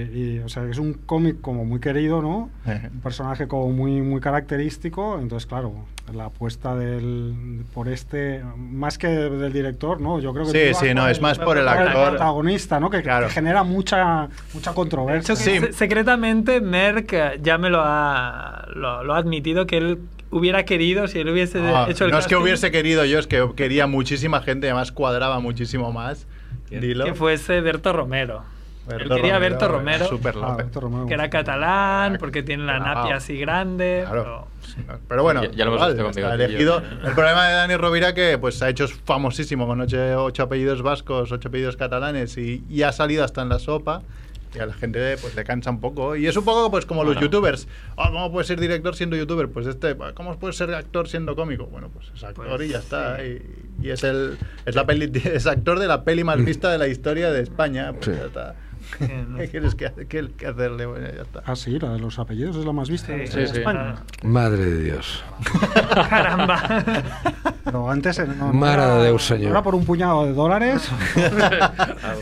y, o sea, es un cómic como muy querido, ¿no? Eh, Un personaje como muy, muy característico, entonces claro, la apuesta del, por este, más que del director, ¿no? Yo creo que... Sí, tú vas sí, no, es más por el actor. protagonista, ¿no? Que, que genera mucha, mucha controversia. Se- Secretamente, Merck eh, ya me lo ha, lo, lo ha admitido que él hubiera querido si él hubiese ah, hecho el no es que casting, hubiese querido yo, es que quería muchísima gente, además cuadraba muchísimo más. Dilo. que fuese Berto Romero. Berto él quería Romero, Ah, Berto Romero, Super Ah, López. que era catalán, porque tiene la napia así grande. Ah, Claro. Pero bueno, Ya- ya lo hemos igual, visto con está Bigotillo. elegido. El problema de Dani Rovira que pues ha hecho famosísimo con ocho, ocho apellidos vascos, ocho apellidos catalanes y, y ha salido hasta en la sopa. Y a la gente pues le cansa un poco. Y es un poco pues como los Bueno. youtubers. Oh, ¿Cómo puedes ser director siendo youtuber? Pues este, ¿cómo puedes ser actor siendo cómico? Bueno, pues es actor Pues y ya está. <laughs> Y, y es el es la peli, es actor de la peli más vista de la historia de España. Pues Sí. ya está. <laughs> ¿Qué quieres que, que- que hacerle? Bueno, ya está. Ah, sí, la de los apellidos es la más vista. Sí, en sí, sí. España. <laughs> Madre de Dios. <laughs> Pero antes. eh, No, Mara no era- de Deus, señor. ¿Era por un puñado de dólares? Ah,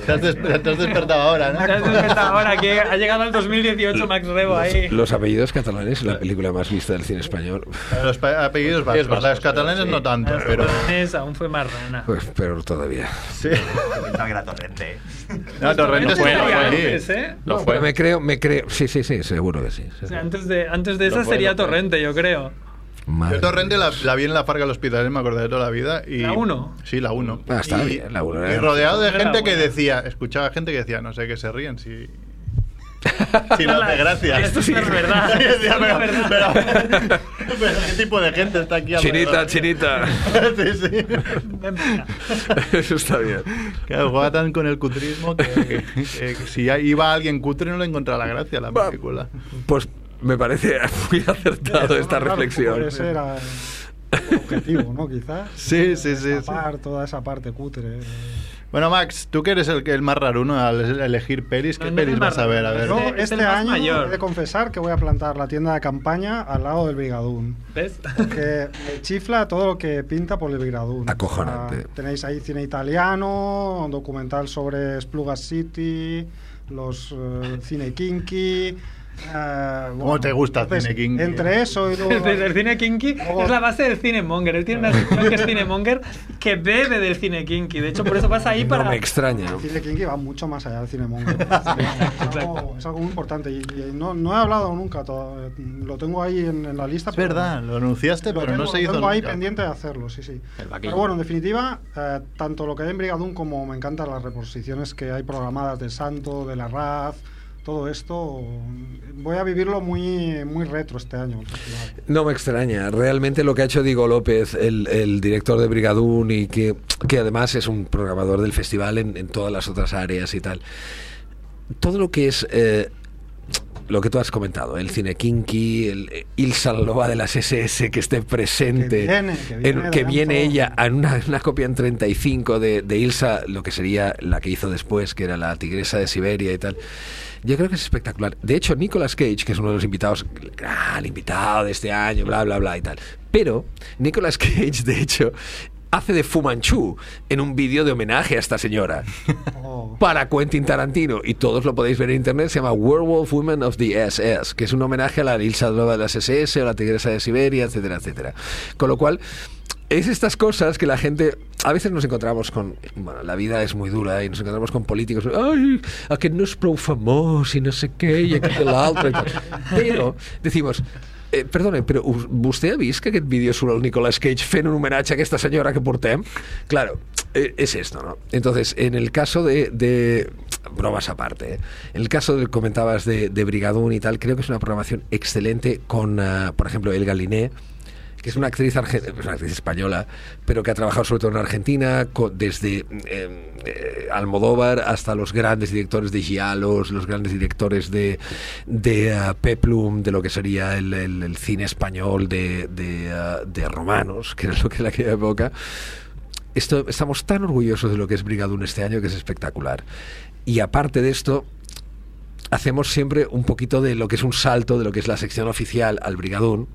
Te has, desper- te has despertado ahora, ¿no? Te has despertado ahora que ha llegado al 2018 Max Rebo ahí. Los apellidos catalanes, la película más vista del cine español. Los pa- apellidos vascos. vascos, los catalanes sí. no tanto, Los pero... catalanes Ah, aún fue más rana. Pues peor todavía. Sí. No, que era <laughs> Torrente. ¿eh? No, Torrente Torrente sí fue estaba allí. antes, ¿eh? No, pero me creo, me creo. Sí, sí, sí, seguro que sí. O sea, antes de, antes de Lo esa fue, sería lo fue. Torrente, yo creo. Yo Torrente la, la vi en la Farga del Hospital, me acordé de toda la vida. Y, ¿La uno? Sí, la 1. Ah, está bien, la uno Y era- rodeado de Era gente que buena. decía, escuchaba gente que decía, no sé qué se ríen, <laughs> si... Si no La- hace gracia. esto sí es <laughs> verdad, Y decía, esto pero, es pero- <laughs> pero ¿qué tipo de gente está aquí Chinita, alrededor?" chinita. <laughs> sí, <laughs> sí. Eso está bien. Claro, juega tan con el cutrismo que, que- que si ya iba alguien cutre no le encontraba la gracia a la película. Pues me parece muy acertado esta Claro, reflexión. Ese era el objetivo, ¿no? Quizás. Sí, sí, sí. sí. Tapar toda esa parte cutre. eh. Bueno, Max, tú que eres el, que- el más raro, ¿no? Al elegir pelis, ¿qué No, no es pelis el vas más a ver? A raro, ver. es Yo el- este es el más año mayor. he de confesar que voy a plantar la tienda de campaña al lado del Brigadún. <laughs> ¿Ves? Porque me chifla todo lo que pinta por el Brigadún. Acojonante. O sea, tenéis ahí cine italiano, un documental sobre Splugas City, los eh, cine kinky. ¿Cómo te gusta el cine kinky? Entre eso y luego... <laughs> Desde el cine kinky es la base del cine monger. Él tiene una sección que es cine monger que bebe del cine kinky. De hecho, por eso pasa ahí para. No me extraña. El cine kinky va mucho más allá del cine <laughs> mongo. es, algo, es algo muy importante y, y no, no he hablado nunca. to- Lo tengo ahí en, en la lista. Es pero- verdad, lo anunciaste, Lo pero no tengo- se lo hizo tengo ahí nunca. pendiente de hacerlo, sí, sí. El vaquillo. Pero bueno, en definitiva, eh, tanto lo que hay en Brigadún como me encantan las reposiciones que hay programadas de Santo, de la Raz, todo esto. mm, Voy a vivirlo muy, muy retro este año. el festival. No me extraña. Realmente lo que ha hecho Diego López, el, el director de Brigadún, y que, que además es un programador del festival en, en todas las otras áreas y tal. Todo lo que es eh, lo que tú has comentado, el cine kinky, el eh, Il Sanlova de las SS que esté presente, Que viene, que viene en- que Danzo. viene ella en una, una copia en 35 de, de Ilsa, lo que sería la que hizo después, que era la tigresa de Siberia y tal. Yo creo que es espectacular. De hecho, Nicolas Cage, que es uno de los invitados, el gran invitado de este año, bla, bla, bla y tal. Pero Nicolas Cage, de hecho, hace de Fu Manchu en un vídeo de homenaje a esta señora Oh. para Quentin Tarantino y todos lo podéis ver en internet, se llama Werewolf Women of the SS, que es un homenaje a la Ilsa Nova de las SS o la Tigresa de Siberia, etcétera, etcétera. Con lo cual, es estas cosas que la gente, a veces nos encontramos con, bueno, la vida es muy dura y nos encontramos con políticos, ay, a que no es pro famoso y no sé qué, y aquí el altre", y tal. Pero decimos, eh, perdone, però us- vostè ha vist que aquest vídeo surt el Nicolas Cage fent un homenaje a aquesta senyora que portem? Claro, eh, es esto, ¿no? Entonces, en el caso de... de- bromas aparte, ¿eh? en el caso del comentabas de, de Brigadún y tal, creo que es una programación excelente con, ah, por ejemplo, El Galiné, que es una actriz, arge- es una actriz española, pero que ha trabajado sobre todo en Argentina, co- desde eh, eh, Almodóvar hasta los grandes directores de Gialos, los grandes directores de, de ah, Peplum, de lo que sería el, el- el cine español de, de, ah, de romanos, que era lo que en aquella época. Esto, estamos tan orgullosos de lo que es Brigadún este año que es espectacular. Y aparte de esto, hacemos siempre un poquito de lo que es un salto de lo que es la sección oficial al Brigadún.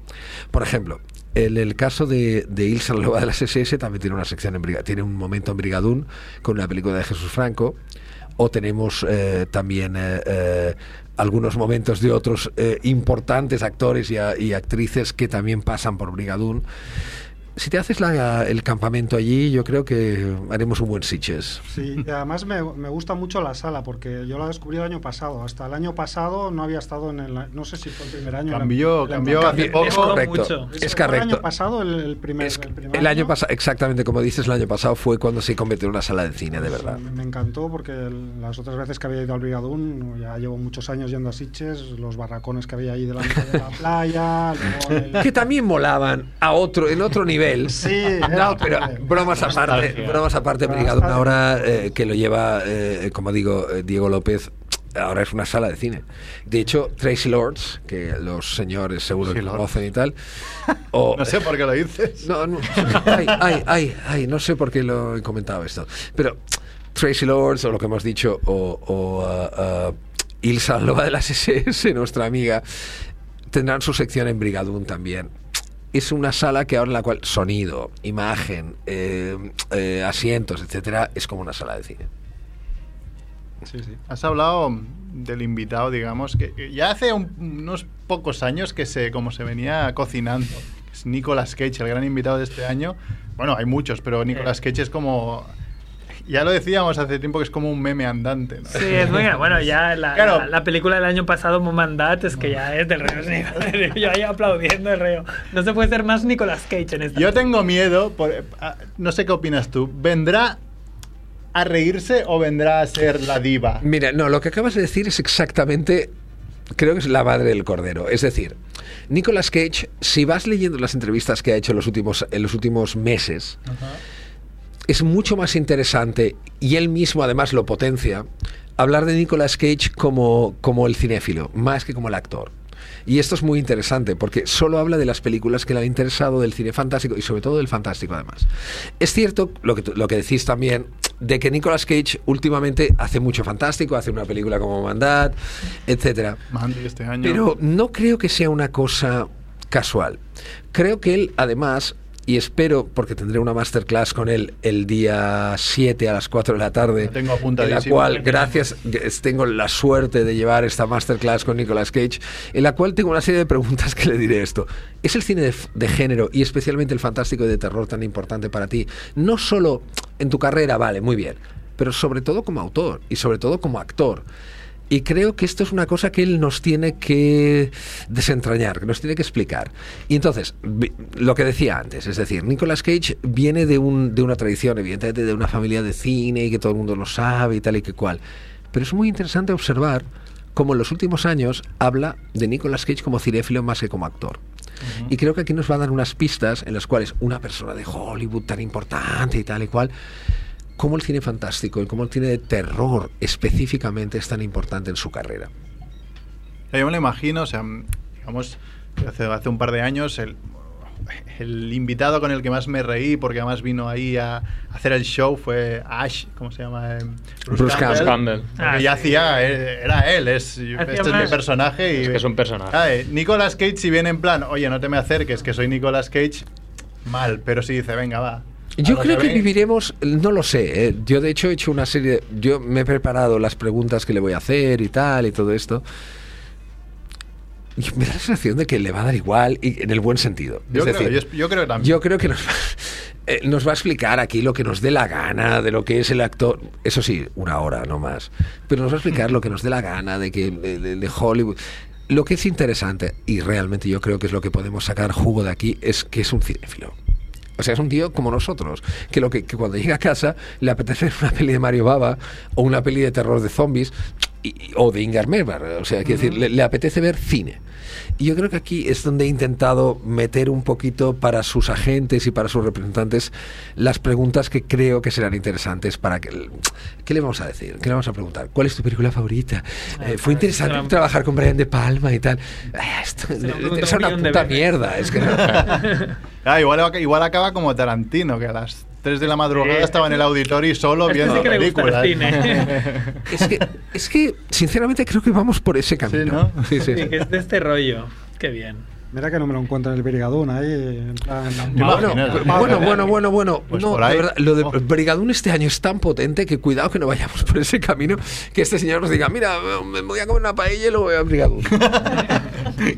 Por ejemplo, en el caso de, de Ilsa Loba de las SS también tiene una sección en Brigadún, tiene un momento en Brigadún con la película de Jesús Franco. O tenemos eh, también eh, eh, algunos momentos de otros eh, importantes actores y, a- y actrices que también pasan por Brigadún. Si te haces la- el campamento allí, yo creo que haremos un buen Sitges. Sí, y además me, me gusta mucho la sala porque yo la descubrí el año pasado. Hasta el año pasado no había estado en el. No sé si fue el primer año. Eh, en Cambió- la- en cambió la- hace cambió poco. correcto, mucho. es Ese correcto. fue El año pasado, el, el primer. el primer El año pasado, exactamente como dices, el año pasado fue cuando se convirtió en una sala de cine, de Sí, verdad. me- Me encantó porque el- las otras veces que había ido al Brigadún, ya llevo muchos años yendo a Sitges, los barracones que había ahí delante <laughs> de la playa. luego el- Que también molaban a otro, en otro nivel. Sí, era No, otro pero nivel. bromas aparte, bromas aparte, Brigadón ahora eh, que lo lleva, eh, como digo, eh, Diego López, ahora es una sala de cine. De hecho, Tracy Lords, que los señores seguro que Lords. conocen y tal, o, <laughs> No sé por qué lo dices. No, no. Ay, ay, ay, ay, no sé por qué lo he comentado esto. Pero Tracy Lords, o lo que hemos dicho, o, o, ah, ah, Ilsa Loba de las SS, <laughs> nuestra amiga, tendrán su sección en Brigadún también. Es una sala que ahora en la cual sonido, imagen, eh, eh, asientos, etcétera, es como una sala de cine. Has hablado del invitado, digamos, que que ya hace un- unos pocos años que se, como se venía cocinando. Es Nicolas Cage, el gran invitado de este año. Bueno, hay muchos, pero Nicolas Cage es como... Ya lo decíamos hace tiempo que es como un meme andante. ¿no? Sí, es muy bueno. Ya la, Claro. la, la película del año pasado, Momandat, es que ya es del reo. sí. <laughs> Yo ahí aplaudiendo el reo. No se puede ser más Nicolas Cage en esta. Yo tengo miedo, por- ah, no sé qué opinas tú. ¿Vendrá a reírse o vendrá a ser la diva? Mira, no, lo que acabas de decir es exactamente, creo que es la madre del cordero. Es decir, Nicolas Cage, si vas leyendo las entrevistas que ha hecho en los últimos, en los últimos meses, es mucho más interesante, y él mismo además lo potencia, hablar de Nicolas Cage como, como el cinéfilo, más que como el actor. Y esto es muy interesante porque solo habla de las películas que le han interesado del cine fantástico y sobre todo del fantástico además. Es cierto lo que, tú- lo que decís también de que Nicolas Cage últimamente hace mucho fantástico, hace una película como Mandat, etcétera. Mandy este año. Pero no creo que sea una cosa casual. Creo que él, además, y espero, porque tendré una masterclass con él el día 7 a las 4 de la tarde, Lo tengo en la apuntadísimo. cual, gracias, que es- tengo la suerte de llevar esta masterclass con Nicolas Cage, en la cual tengo una serie de preguntas que le diré esto. ¿Es el cine de, f- de género y especialmente el fantástico y de terror tan importante para ti? No solo en tu carrera, vale, muy bien, pero sobre todo como autor y sobre todo como actor. Y creo que esto es una cosa que él nos tiene que desentrañar, que nos tiene que explicar. Y entonces, vi- lo que decía antes, es decir, Nicolas Cage viene de, un- de una tradición, evidentemente, de una familia de cine y que todo el mundo lo sabe y tal y que cual. Pero es muy interesante observar cómo en los últimos años habla de Nicolas Cage como cinéfilo más que como actor. Y creo que aquí nos va a dar unas pistas en las cuales una persona de Hollywood tan importante y tal y cual cómo el cine fantástico y cómo el cine de terror específicamente es tan importante en su carrera. Ya, Yo me lo imagino, o sea, mm, digamos, hace, hace un par de años el, el invitado con el que más me reí, porque además vino ahí a, hacer el show, fue Ash, ¿cómo se llama? Em, Bruce Campbell. Porque Ah, ya sí. hacía, eh, era él, es, este es mi más. personaje. Y, Es que es un personaje. Ah, eh, Nicolas Cage, si viene en plan, oye, no te me acerques, que soy Nicolas Cage, mal, pero si dice, venga, va. Yo a lo creo que ven. viviremos, no lo sé, eh, yo de hecho he hecho una serie, de- yo me he preparado las preguntas que le voy a hacer y tal y todo esto. Y me da la sensación de que le va a dar igual y en el buen sentido. Yo, es decir, creo, yo, yo creo que también. Yo creo que nos va, <laughs> eh, nos va a explicar aquí lo que nos dé la gana de lo que es el actor. Eso sí, una hora no más. Pero nos va a explicar lo que nos dé la gana de que de, de- de Hollywood. Lo que es interesante y realmente yo creo que es lo que podemos sacar jugo de aquí es que es un cinéfilo. O sea, es un tío como nosotros, que lo que, que cuando llega a casa le apetece <laughs> ver una peli de Mario Baba o una peli de terror de zombies y- y- o de Ingar Merbar. O sea, quiero decir, le- le apetece ver cine. Y yo creo que aquí es donde he intentado meter un poquito para sus agentes y para sus representantes las preguntas que creo que serán interesantes para que... ¿Qué le vamos a decir? ¿Qué le vamos a preguntar? ¿Cuál es tu película favorita? Eh, fue interesante Ah, pues, será- trabajar con Brian De Palma y tal. Ah, esto pregunta es un una millón de puta veces. mierda. Es que no- Ah, igual, igual acaba como Tarantino, que a las 3 de la madrugada estaba en el auditorio y solo Este viendo sí que le gusta el películas. <laughs> es, que, es que, sinceramente, creo que vamos por ese camino. Sí, sí, sí. Sí, que es de este rollo. Qué bien. Mira que no me lo encuentro en el Brigadón ahí. en plan- Bueno, bueno, bueno, bueno, bueno. Pues no, por de ahí. verdad, Oh. lo de Brigadún este año es tan potente que cuidado que no vayamos por ese camino, que este señor nos diga, mira, me voy a comer una paella y luego voy a Brigadún.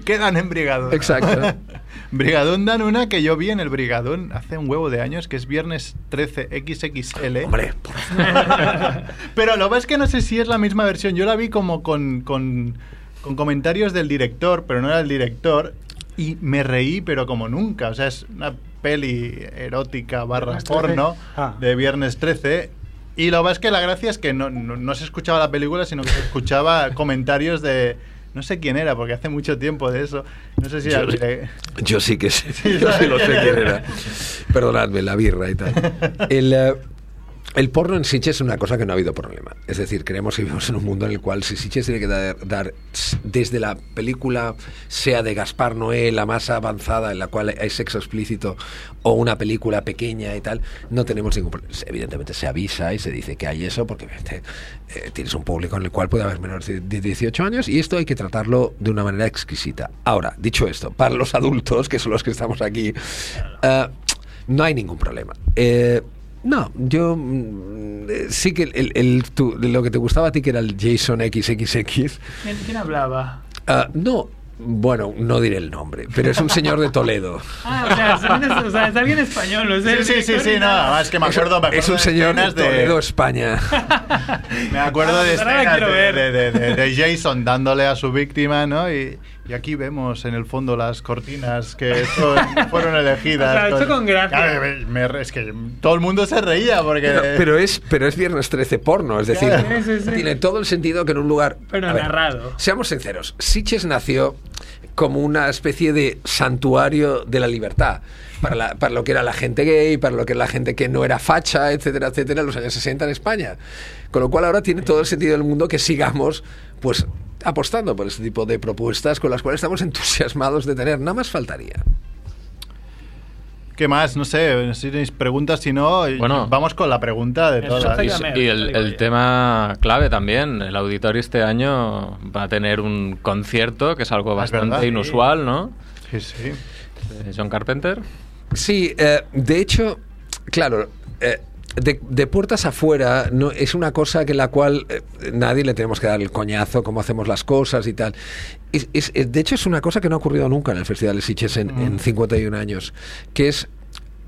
<laughs> Quedan en Brigadón. <laughs> Exacto. Brigadón dan una que yo vi en el Brigadón hace un huevo de años, que es viernes 13 XXL. Hombre, <laughs> Pero lo que es que no sé si es la misma versión. Yo la vi como con, con, con comentarios del director, pero no era el director. Y me reí, pero como nunca. O sea, es una peli erótica barra ¿Viernes 13? porno Ah. de Viernes 13. Y lo que es que la gracia es que no, no- no se escuchaba la película, sino que <laughs> se escuchaba comentarios de... No sé quién era, porque hace mucho tiempo de eso. No sé si era... Yo- <laughs> Yo sí que sé, yo sí lo sé quién era. Perdonadme, la birra y tal. El, eh, El porno en Sitges es una cosa que no ha habido problema. Es decir, creemos que vivimos en un mundo en el cual si Sitges tiene que dar, dar, desde la película, sea de Gaspar Noé, la más avanzada en la cual hay sexo explícito, o una película pequeña y tal, no tenemos ningún problema. Pues, Evidentemente se avisa y se dice que hay eso porque este, eh, tienes un público en el cual puede haber menores de 18 años y esto hay que tratarlo de una manera exquisita. Ahora, dicho esto, para los adultos, que son los que estamos aquí, eh, no hay ningún problema. Eh, no, yo mm, eh, sí que el- el- el- tu- lo que te gustaba a ti que era el Jason XXX. ¿Quién, quién hablaba? ah, no, bueno, no diré el nombre, pero es un señor de Toledo. Ah, o sea, es alguien, es- o sea, es alguien español, no es el <laughs> Sí, sí, sí, director sí, ni nada más que me acuerdo. me es acuerdo un de señor de escenas de- Toledo, España. Me acuerdo de Ah, Ahora la escenas quiero de, ver. de- de- de- de Jason dándole a su víctima, ¿no? Y, y aquí vemos en el fondo las cortinas que <laughs> son- fueron elegidas. O sea, hecho con gracia. Claro, me- me- es que todo el mundo se reía porque... Pero, pero es, pero es viernes 13 porno, es decir, Claro. Sí, sí, sí. tiene todo el sentido que en un lugar. Pero A ver, narrado. Seamos sinceros, Sitges nació como una especie de santuario de la libertad. Para, la- para lo que era la gente gay, para lo que era la gente que no era facha, etcétera, etcétera, en los años 60 en España. Con lo cual ahora tiene todo el sentido del mundo que sigamos, pues, apostando por este tipo de propuestas con las cuales estamos <laughs> entusiasmados de tener. Nada más faltaría. ¿Qué más? No sé, si tenéis preguntas, si no, Bueno. vamos con la pregunta de Eso todas. está Y, Dígame, y el, digo el yo. tema clave también, el auditorio este año va a tener un concierto que es algo Ah, es verdad, bastante sí. inusual, ¿no? Sí, sí. De John Carpenter. Sí, eh, de hecho, claro, eh, de, de puertas afuera no, es una cosa que la cual eh, nadie le tenemos que dar el coñazo, cómo hacemos las cosas y tal. Es- es- es- de hecho, es una cosa que no ha ocurrido nunca en el Festival de Sitges en, Mm. en 51 años, que es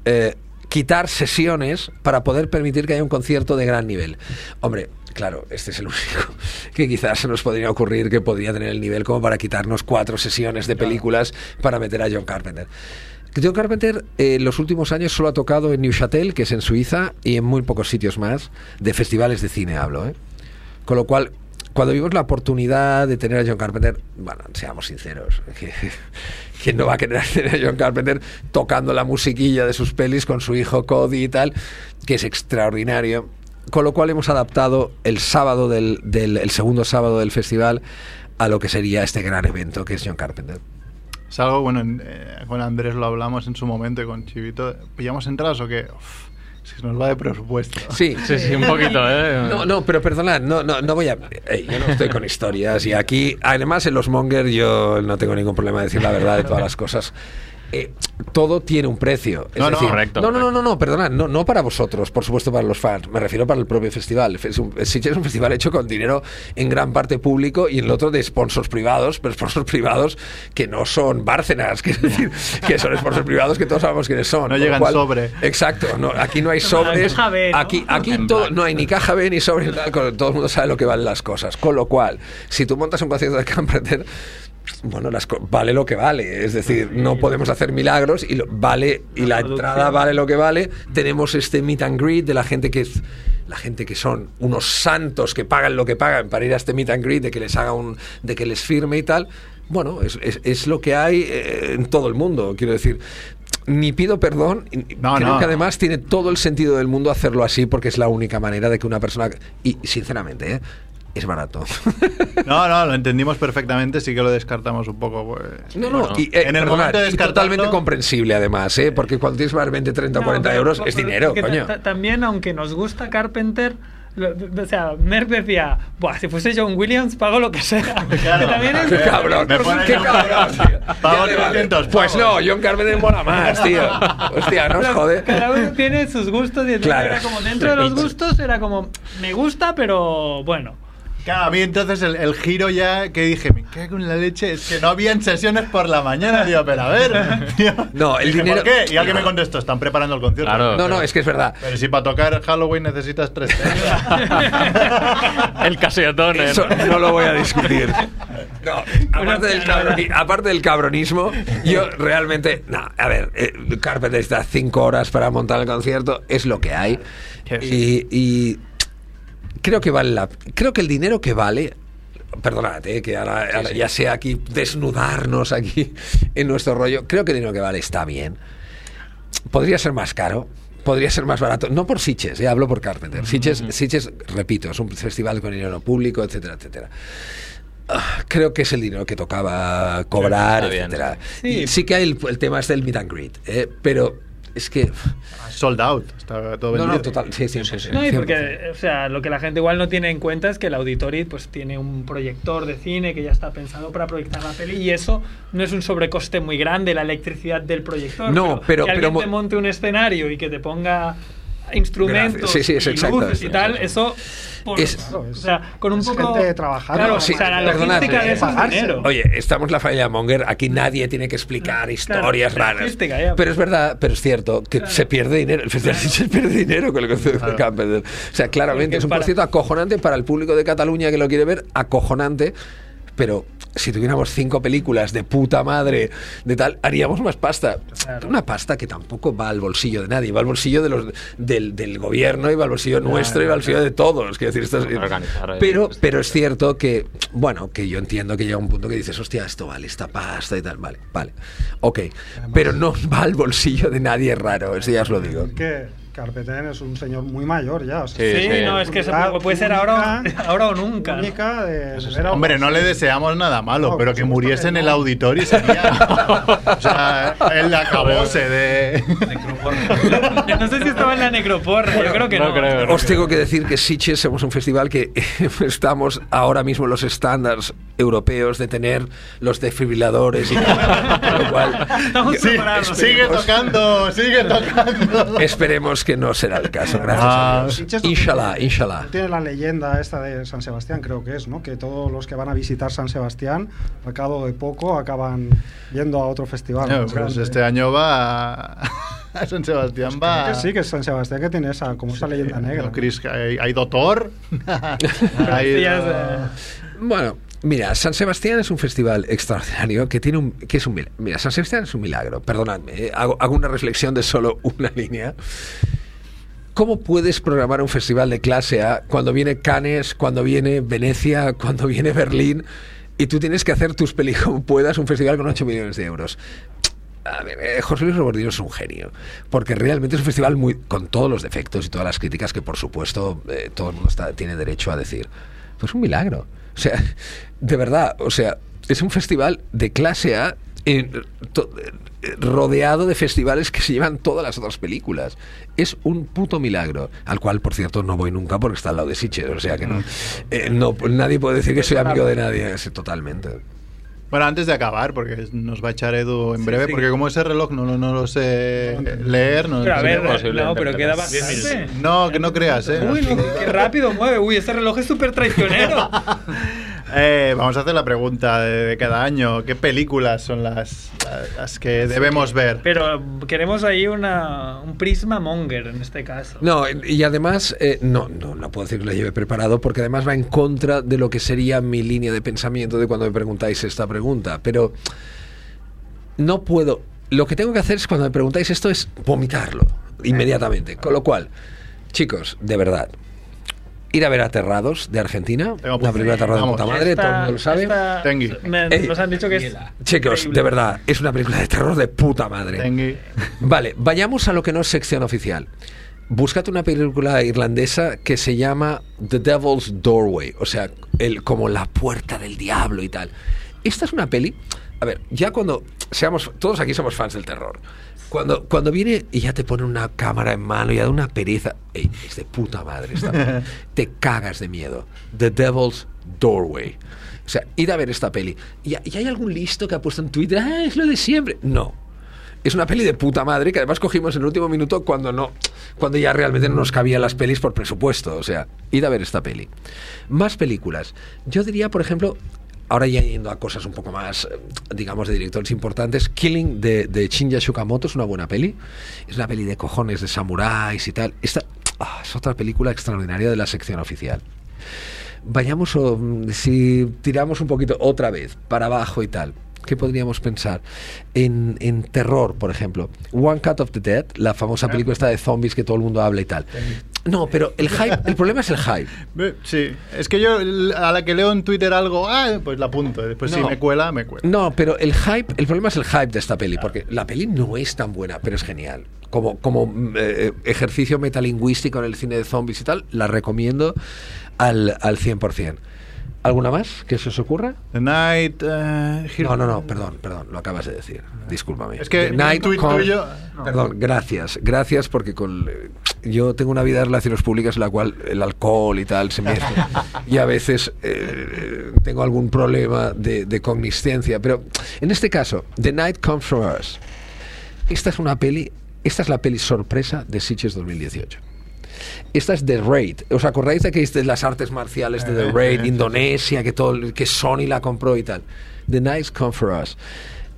eh, quitar sesiones para poder permitir que haya un concierto de gran nivel. Hombre, claro, este es el <laughs> único que quizás se nos podría ocurrir que podría tener el nivel como para quitarnos cuatro sesiones de películas para meter a John Carpenter. John Carpenter eh, en los últimos años solo ha tocado en Neuchâtel, que es en Suiza, y en muy pocos sitios más, de festivales de cine hablo. ¿eh? Con lo cual, cuando vimos la oportunidad de tener a John Carpenter, bueno, seamos sinceros, <laughs> que- ¿quién no va a querer <laughs> tener a John Carpenter tocando la musiquilla de sus pelis con su hijo Cody y tal? Que es extraordinario. Con lo cual hemos adaptado el sábado del, del- el segundo sábado del festival a lo que sería este gran evento que es John Carpenter. Es algo, bueno, en- eh, con Andrés lo hablamos en su momento y con Chivito. ¿Pillamos entradas o qué? Uf, es que nos va de presupuesto. Sí, Sí, sí, un poquito, ¿eh? No, no, pero perdonad, no, no, no voy a. Ey, yo no estoy con historias y aquí, además en los Monger, yo no tengo ningún problema de decir la verdad de todas las cosas. Eh, todo tiene un precio. Es No, no, decir, correcto, no, no, no, correcto. no, no, perdonad, no, no para vosotros, por supuesto para los fans, me refiero para el propio festival. Es un, es es un festival hecho con dinero en gran parte público y en el otro de sponsors privados, pero sponsors privados que no son Bárcenas, <laughs> que, es decir, que son sponsors privados que todos sabemos quiénes son. No Con lo llegan sobre. Exacto, no, aquí no hay sobres. caja B, <laughs> ¿no? Aquí, aquí todo, no hay ni caja B ni sobre tal, con- todo el mundo sabe lo que valen las cosas. Con lo cual, si tú montas un concierto de Carpenter, bueno, las co- vale lo que vale. Es decir, no podemos hacer milagros y lo- vale y la entrada Ah, vale lo que vale. Tenemos este meet and greet de la gente que es la gente que son unos santos que pagan lo que pagan para ir a este meet and greet de que les haga un de que les firme y tal. Bueno, es, es- es lo que hay eh, en todo el mundo. Quiero decir, ni pido perdón. y- No, creo no. que además además tiene todo el sentido del mundo hacerlo así porque es la única manera de que una persona y sinceramente ¿eh? es barato No, no, lo entendimos perfectamente, sí que lo descartamos un poco. pues. no no Bueno, <laughs> y, eh, en el perdonad, momento de y descartarlo- totalmente <laughs> comprensible además ¿eh? porque cuando tienes realmente 30 o No, 40 pero- euros pero- es pero dinero que ta- coño ta- También, aunque nos gusta Carpenter, lo- o sea, Merck decía, Buah, si fuese John Williams, pago lo que sea. Que también <laughs> es- Qué cabrón, Me pone qué yo- cabrón, tío. Ya Pago le vale. 300 Pues no, pavos. John Carpenter mola más, tío. Hostia, no os <laughs> Pero jode. Cada uno tiene sus gustos y entonces Claro. era como dentro de los gustos era como me gusta pero bueno. Claro, a mí entonces el, el giro ya que dije, me cago en la leche, es que no habían sesiones por la mañana, digo, pero <laughs> a ver. tío. No, el Dije, dinero- ¿Por qué? Y alguien me contestó, están preparando el concierto. Claro. No, no, es que es verdad. Pero si para tocar Halloween necesitas <laughs> tres <laughs> El caseotón, ¿eh? Eso no lo voy a discutir. No, aparte, del cabroni- aparte del cabronismo, yo realmente. No, a ver, eh, Carpenter está cinco horas para montar el concierto, es lo que hay. Y, y creo que vale la. Creo que el dinero que vale. Perdonad, eh, que ahora, ahora ya sea aquí desnudarnos aquí en nuestro rollo. Creo que el dinero que vale está bien. Podría ser más caro, podría ser más barato. No por Sitges, ya hablo por Carpenter. Sitges, Mm. Sitges, repito, es un festival con dinero público, etcétera, etcétera. Ah, Creo que es el dinero que tocaba cobrar, Está bien. etcétera. Sí. Y Sí que hay el, el tema es del meet and greet, eh, pero es que... Sold out, está todo No, vendido. no, total, sí, 100%, No, y 100%. porque, o sea, lo que la gente igual no tiene en cuenta es que el auditorio pues tiene un proyector de cine que ya está pensado para proyectar la peli y eso no es un sobrecoste muy grande, la electricidad del proyector. No, pero- que pero alguien mo- te monte un escenario y que te ponga instrumentos Gracias. Sí, sí, es y exacto, luces y es tal, eso por- Es- o sea, con un es poco gente trabajando. Claro, Sí, o sea, la perdonad, logística eh, de eso es pagarse. dinero. Oye, estamos la familia Monger, aquí nadie tiene que explicar historias la raras. logística, ya. Pero es verdad, pero es cierto que se pierde dinero, el festival se pierde dinero con el concierto de Carpenter. O sea, claramente Porque es un para- concierto acojonante para el público de Cataluña que lo quiere ver, acojonante, pero si tuviéramos cinco películas de puta madre, de tal, haríamos más pasta. Una pasta que tampoco va al bolsillo de nadie, va al bolsillo de los, del, del gobierno y va al bolsillo nuestro y va al bolsillo de todos. Quiero decir, esto es- Organizar el- pero, pues, pero es cierto que, bueno, que yo entiendo que llega un punto que dices, hostia, esto vale, esta pasta y tal, vale, vale. Ok, pero no <laughs> va al bolsillo de nadie raro, eso ya os lo digo. que Carpeten es un señor muy mayor ya. o sea, Sí, Sí, sí. no, es que se Edad puede, puede ser ahora, o- <laughs> ahora o nunca. ¿no? única de- de ver a- Hombre, no le deseamos nada malo, pero que muriese en el auditorio sería. o sea, el acabose de. <laughs> No sé si estaba en la necroporra, yo creo que no. Os tengo que decir que Sitges somos un festival que <laughs> estamos ahora mismo en los estándares europeos de tener <laughs> los desfibriladores y tal, lo cual Estamos Sí, preparados. sigue tocando, sigue tocando. esperemos que no será el caso. Gracias Ah. a Dios. Inshallah, inshallah. Tiene la leyenda esta de San Sebastián, creo que es, ¿no? Que todos los que van a visitar San Sebastián, al cabo de poco, acaban yendo a otro festival. No, más pues grande. este año va a, <laughs> a San Sebastián, va. Creo que sí, que es San Sebastián que tiene esa, como esa leyenda negra. No, Chris, hay, <laughs> hay doctor. hay, Bueno, mira, San Sebastián es un festival extraordinario que tiene un que es un mil- mira, San Sebastián es un milagro. Perdonadme, eh, hago, hago una reflexión de solo <laughs> una línea. ¿Cómo puedes programar un festival de clase A cuando viene Cannes, cuando viene Venecia, cuando viene Berlín y tú tienes que hacer tus películas como puedas un festival con 8 millones de euros? A ver, eh, José Luis Robordino es un genio, porque realmente es un festival muy con todos los defectos y todas las críticas que por supuesto eh, todo el mundo está- tiene derecho a decir. Pues un milagro. O sea, de verdad, o sea, es un festival de clase A eh, to- eh, rodeado de festivales que se llevan todas las otras películas. Es un puto milagro, al cual, por cierto, no voy nunca porque está al lado de Sitges, o sea que no, eh, no nadie puede decir que soy amigo de nadie, sí, totalmente. Bueno, antes de acabar, porque nos va a echar Edu en breve, sí. porque como ese reloj no, lo- no lo sé leer, no Pero a sé ver, cómo- imposible no, pero queda interpretar. Diez bastante. No, que no creas, ¿eh? Uy, no, qué rápido mueve. Uy, este reloj es súper traicionero. Eh, Vamos a hacer la pregunta de, de cada año. ¿Qué películas son las, las que debemos ver? Pero queremos ahí una, un prisma monger en este caso. No, y además, eh, no, no, no puedo decir que lo lleve preparado, porque además va en contra de lo que sería mi línea de pensamiento de cuando me preguntáis esta pregunta. Pero no puedo. Lo que tengo que hacer es cuando me preguntáis esto es vomitarlo inmediatamente. Con lo cual, chicos, de verdad, ir a ver Aterrados de Argentina, Tengo una película apuntes. de Aterrados de Vamos. puta madre, Esta- todo el mundo lo sabe. Eh, esta- Tengi. me- Ey, nos han dicho que es. Chicos, increíble. de verdad, es una película de terror de puta madre. <laughs> Tengi. Vale, vayamos a lo que no es sección oficial. Búscate una película irlandesa que se llama The Devil's Doorway, o sea, el, como la puerta del diablo y tal. Esta es una peli. A ver, ya cuando seamos. Todos aquí somos fans del terror. Cuando, cuando viene y ya te pone una cámara en mano y ya da una pereza. Ey, es de puta madre esta peli. Te cagas de miedo. The Devil's Doorway. O sea, ir a ver esta peli. ¿Y, y hay algún listo que ha puesto en Twitter? Ah, es lo de siempre. No. Es una peli de puta madre que además cogimos en el último minuto cuando no, cuando ya realmente no nos cabían las pelis por presupuesto. O sea, id a ver esta peli. Más películas. Yo diría, por ejemplo, ahora ya yendo a cosas un poco más, eh, digamos, de directores importantes, Killing de, de Shinya Shukamoto es una buena peli. Es una peli de cojones, de samuráis y tal. Esta ah, es otra película extraordinaria de la sección oficial. Vayamos, o, mm, si tiramos un poquito otra vez para abajo y tal, ¿qué podríamos pensar? En, en terror, por ejemplo, One Cut of the Dead, la famosa película esta de zombies que todo el mundo habla y tal. No, pero el hype, el problema es el hype. Eh, Sí, es que yo l- a la que leo en Twitter algo, ah, pues la apunto. Después si No. me cuela, me cuela. No, pero el hype, el problema es el hype de esta peli, porque la peli no es tan buena, pero es genial. Como, como mm, eh, ejercicio metalingüístico en el cine de zombies y tal, la recomiendo al, al 100%. ¿Alguna más que se os ocurra? The Night. eh, Hero- No, no, no, perdón, perdón, lo acabas de decir. Discúlpame. Es que The Night un tuit Con- tuyo- no. Perdón, gracias, gracias porque con yo tengo una vida de relaciones públicas en la cual el alcohol y tal se <laughs> mezcla y a veces eh, tengo algún problema de, de cogniscencia, pero en este caso, The Night Comes For Us. Esta es una peli, esta es la peli sorpresa de Sitges 2018. Esta es The Raid. ¿Os acordáis de que es de las artes marciales de The Eh, Raid, eh, Indonesia, que, todo, el- que Sony la compró y tal? The Nights Come For Us.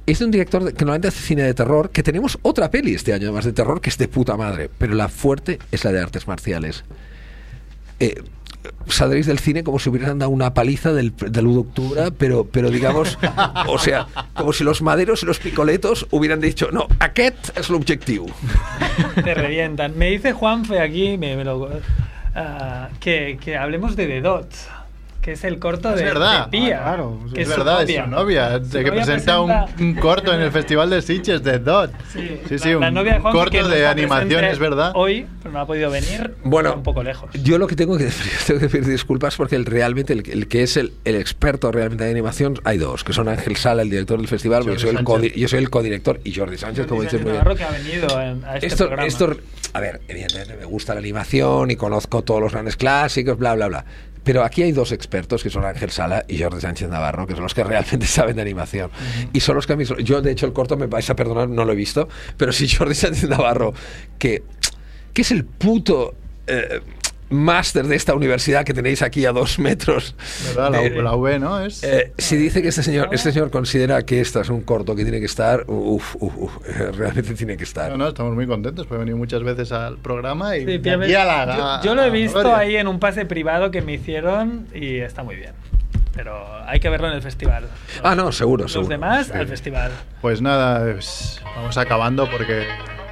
Es de un director de- que normalmente hace cine de terror, que tenemos otra peli este año además de terror, que es de puta madre, pero la fuerte es la de artes marciales. Eh, saldréis del cine como si hubieran dado una paliza del, del 1 de octubre, pero, pero digamos, o sea, como si los maderos y los picoletos hubieran dicho, no, aquest es el objetivo. Te revientan. Me dice Juanfe aquí, me, me lo- ah, que, que hablemos de The Dot, que es el corto Es de, verdad. de Pía. Ah, claro, que Es su verdad, novia. es su novia, Su de que novia presenta un, presenta- <laughs> un corto en el Festival de Sitges de Dot. Sí, sí, la- un la novia de Juanfe, que corto no de está animación, presente es verdad. Hoy, pero no ha podido venir. Bueno, está un poco lejos. Yo lo que tengo que <laughs> decir, tengo que pedir disculpas porque el, realmente el, el que es el, el experto realmente de animación hay dos, que son Ángel Sala, el director del festival, porque Jordi yo soy, el Sánchez. codi- yo soy el codirector, y Jordi Sánchez, como dice muy bien. Navarro que ha venido en- a este Esto, programa. esto, a ver, evidentemente me gusta la animación y conozco todos los grandes clásicos, bla, bla, bla. Pero aquí hay dos expertos que son Ángel Sala y Jordi Sánchez Navarro, que son los que realmente <laughs> saben de animación. Y son los que a mí. Yo, de hecho, el corto, me vais a perdonar, no lo he visto. Pero sí, Jordi Sánchez Navarro, que, que es el puto. eh, máster de esta universidad que tenéis aquí a dos metros. ¿Verdad? La, de- la V, ¿no? Es, eh, si dice que este señor, este señor considera que esta es un corto que tiene que estar, uff, uff, uff, <laughs> realmente tiene que estar. no, no, estamos muy contentos, porque he venido muchas veces al programa y, Sí, de Pía me- aquí a la- a- Ah, yo, yo lo a he la visto gloria. ahí en un pase privado que me hicieron y está muy bien. Pero hay que verlo en el festival. Ah, no, seguro, Los seguro. demás Sí. al festival. Pues nada, es- vamos acabando porque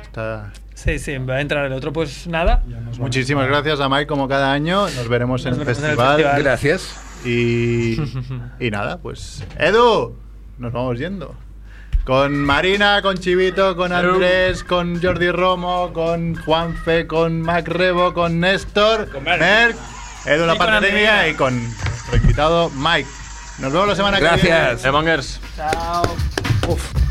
está... Sí, sí, va a entrar el otro, pues nada. Muchísimas gracias a Mike como cada año. Nos veremos en Nos el vemos en el festival. festival. Gracias. Y, y nada, pues Edu, nos vamos yendo. Con Marina, con Chivito, con Andrés, con Jordi Romo, con Juanfe, con Mac Rebo, con Néstor, con Merck, Edu la Y con parte técnica Andrea. y con nuestro invitado Mike. Nos vemos la semana que viene. Gracias. Demongers. Chao. Uf.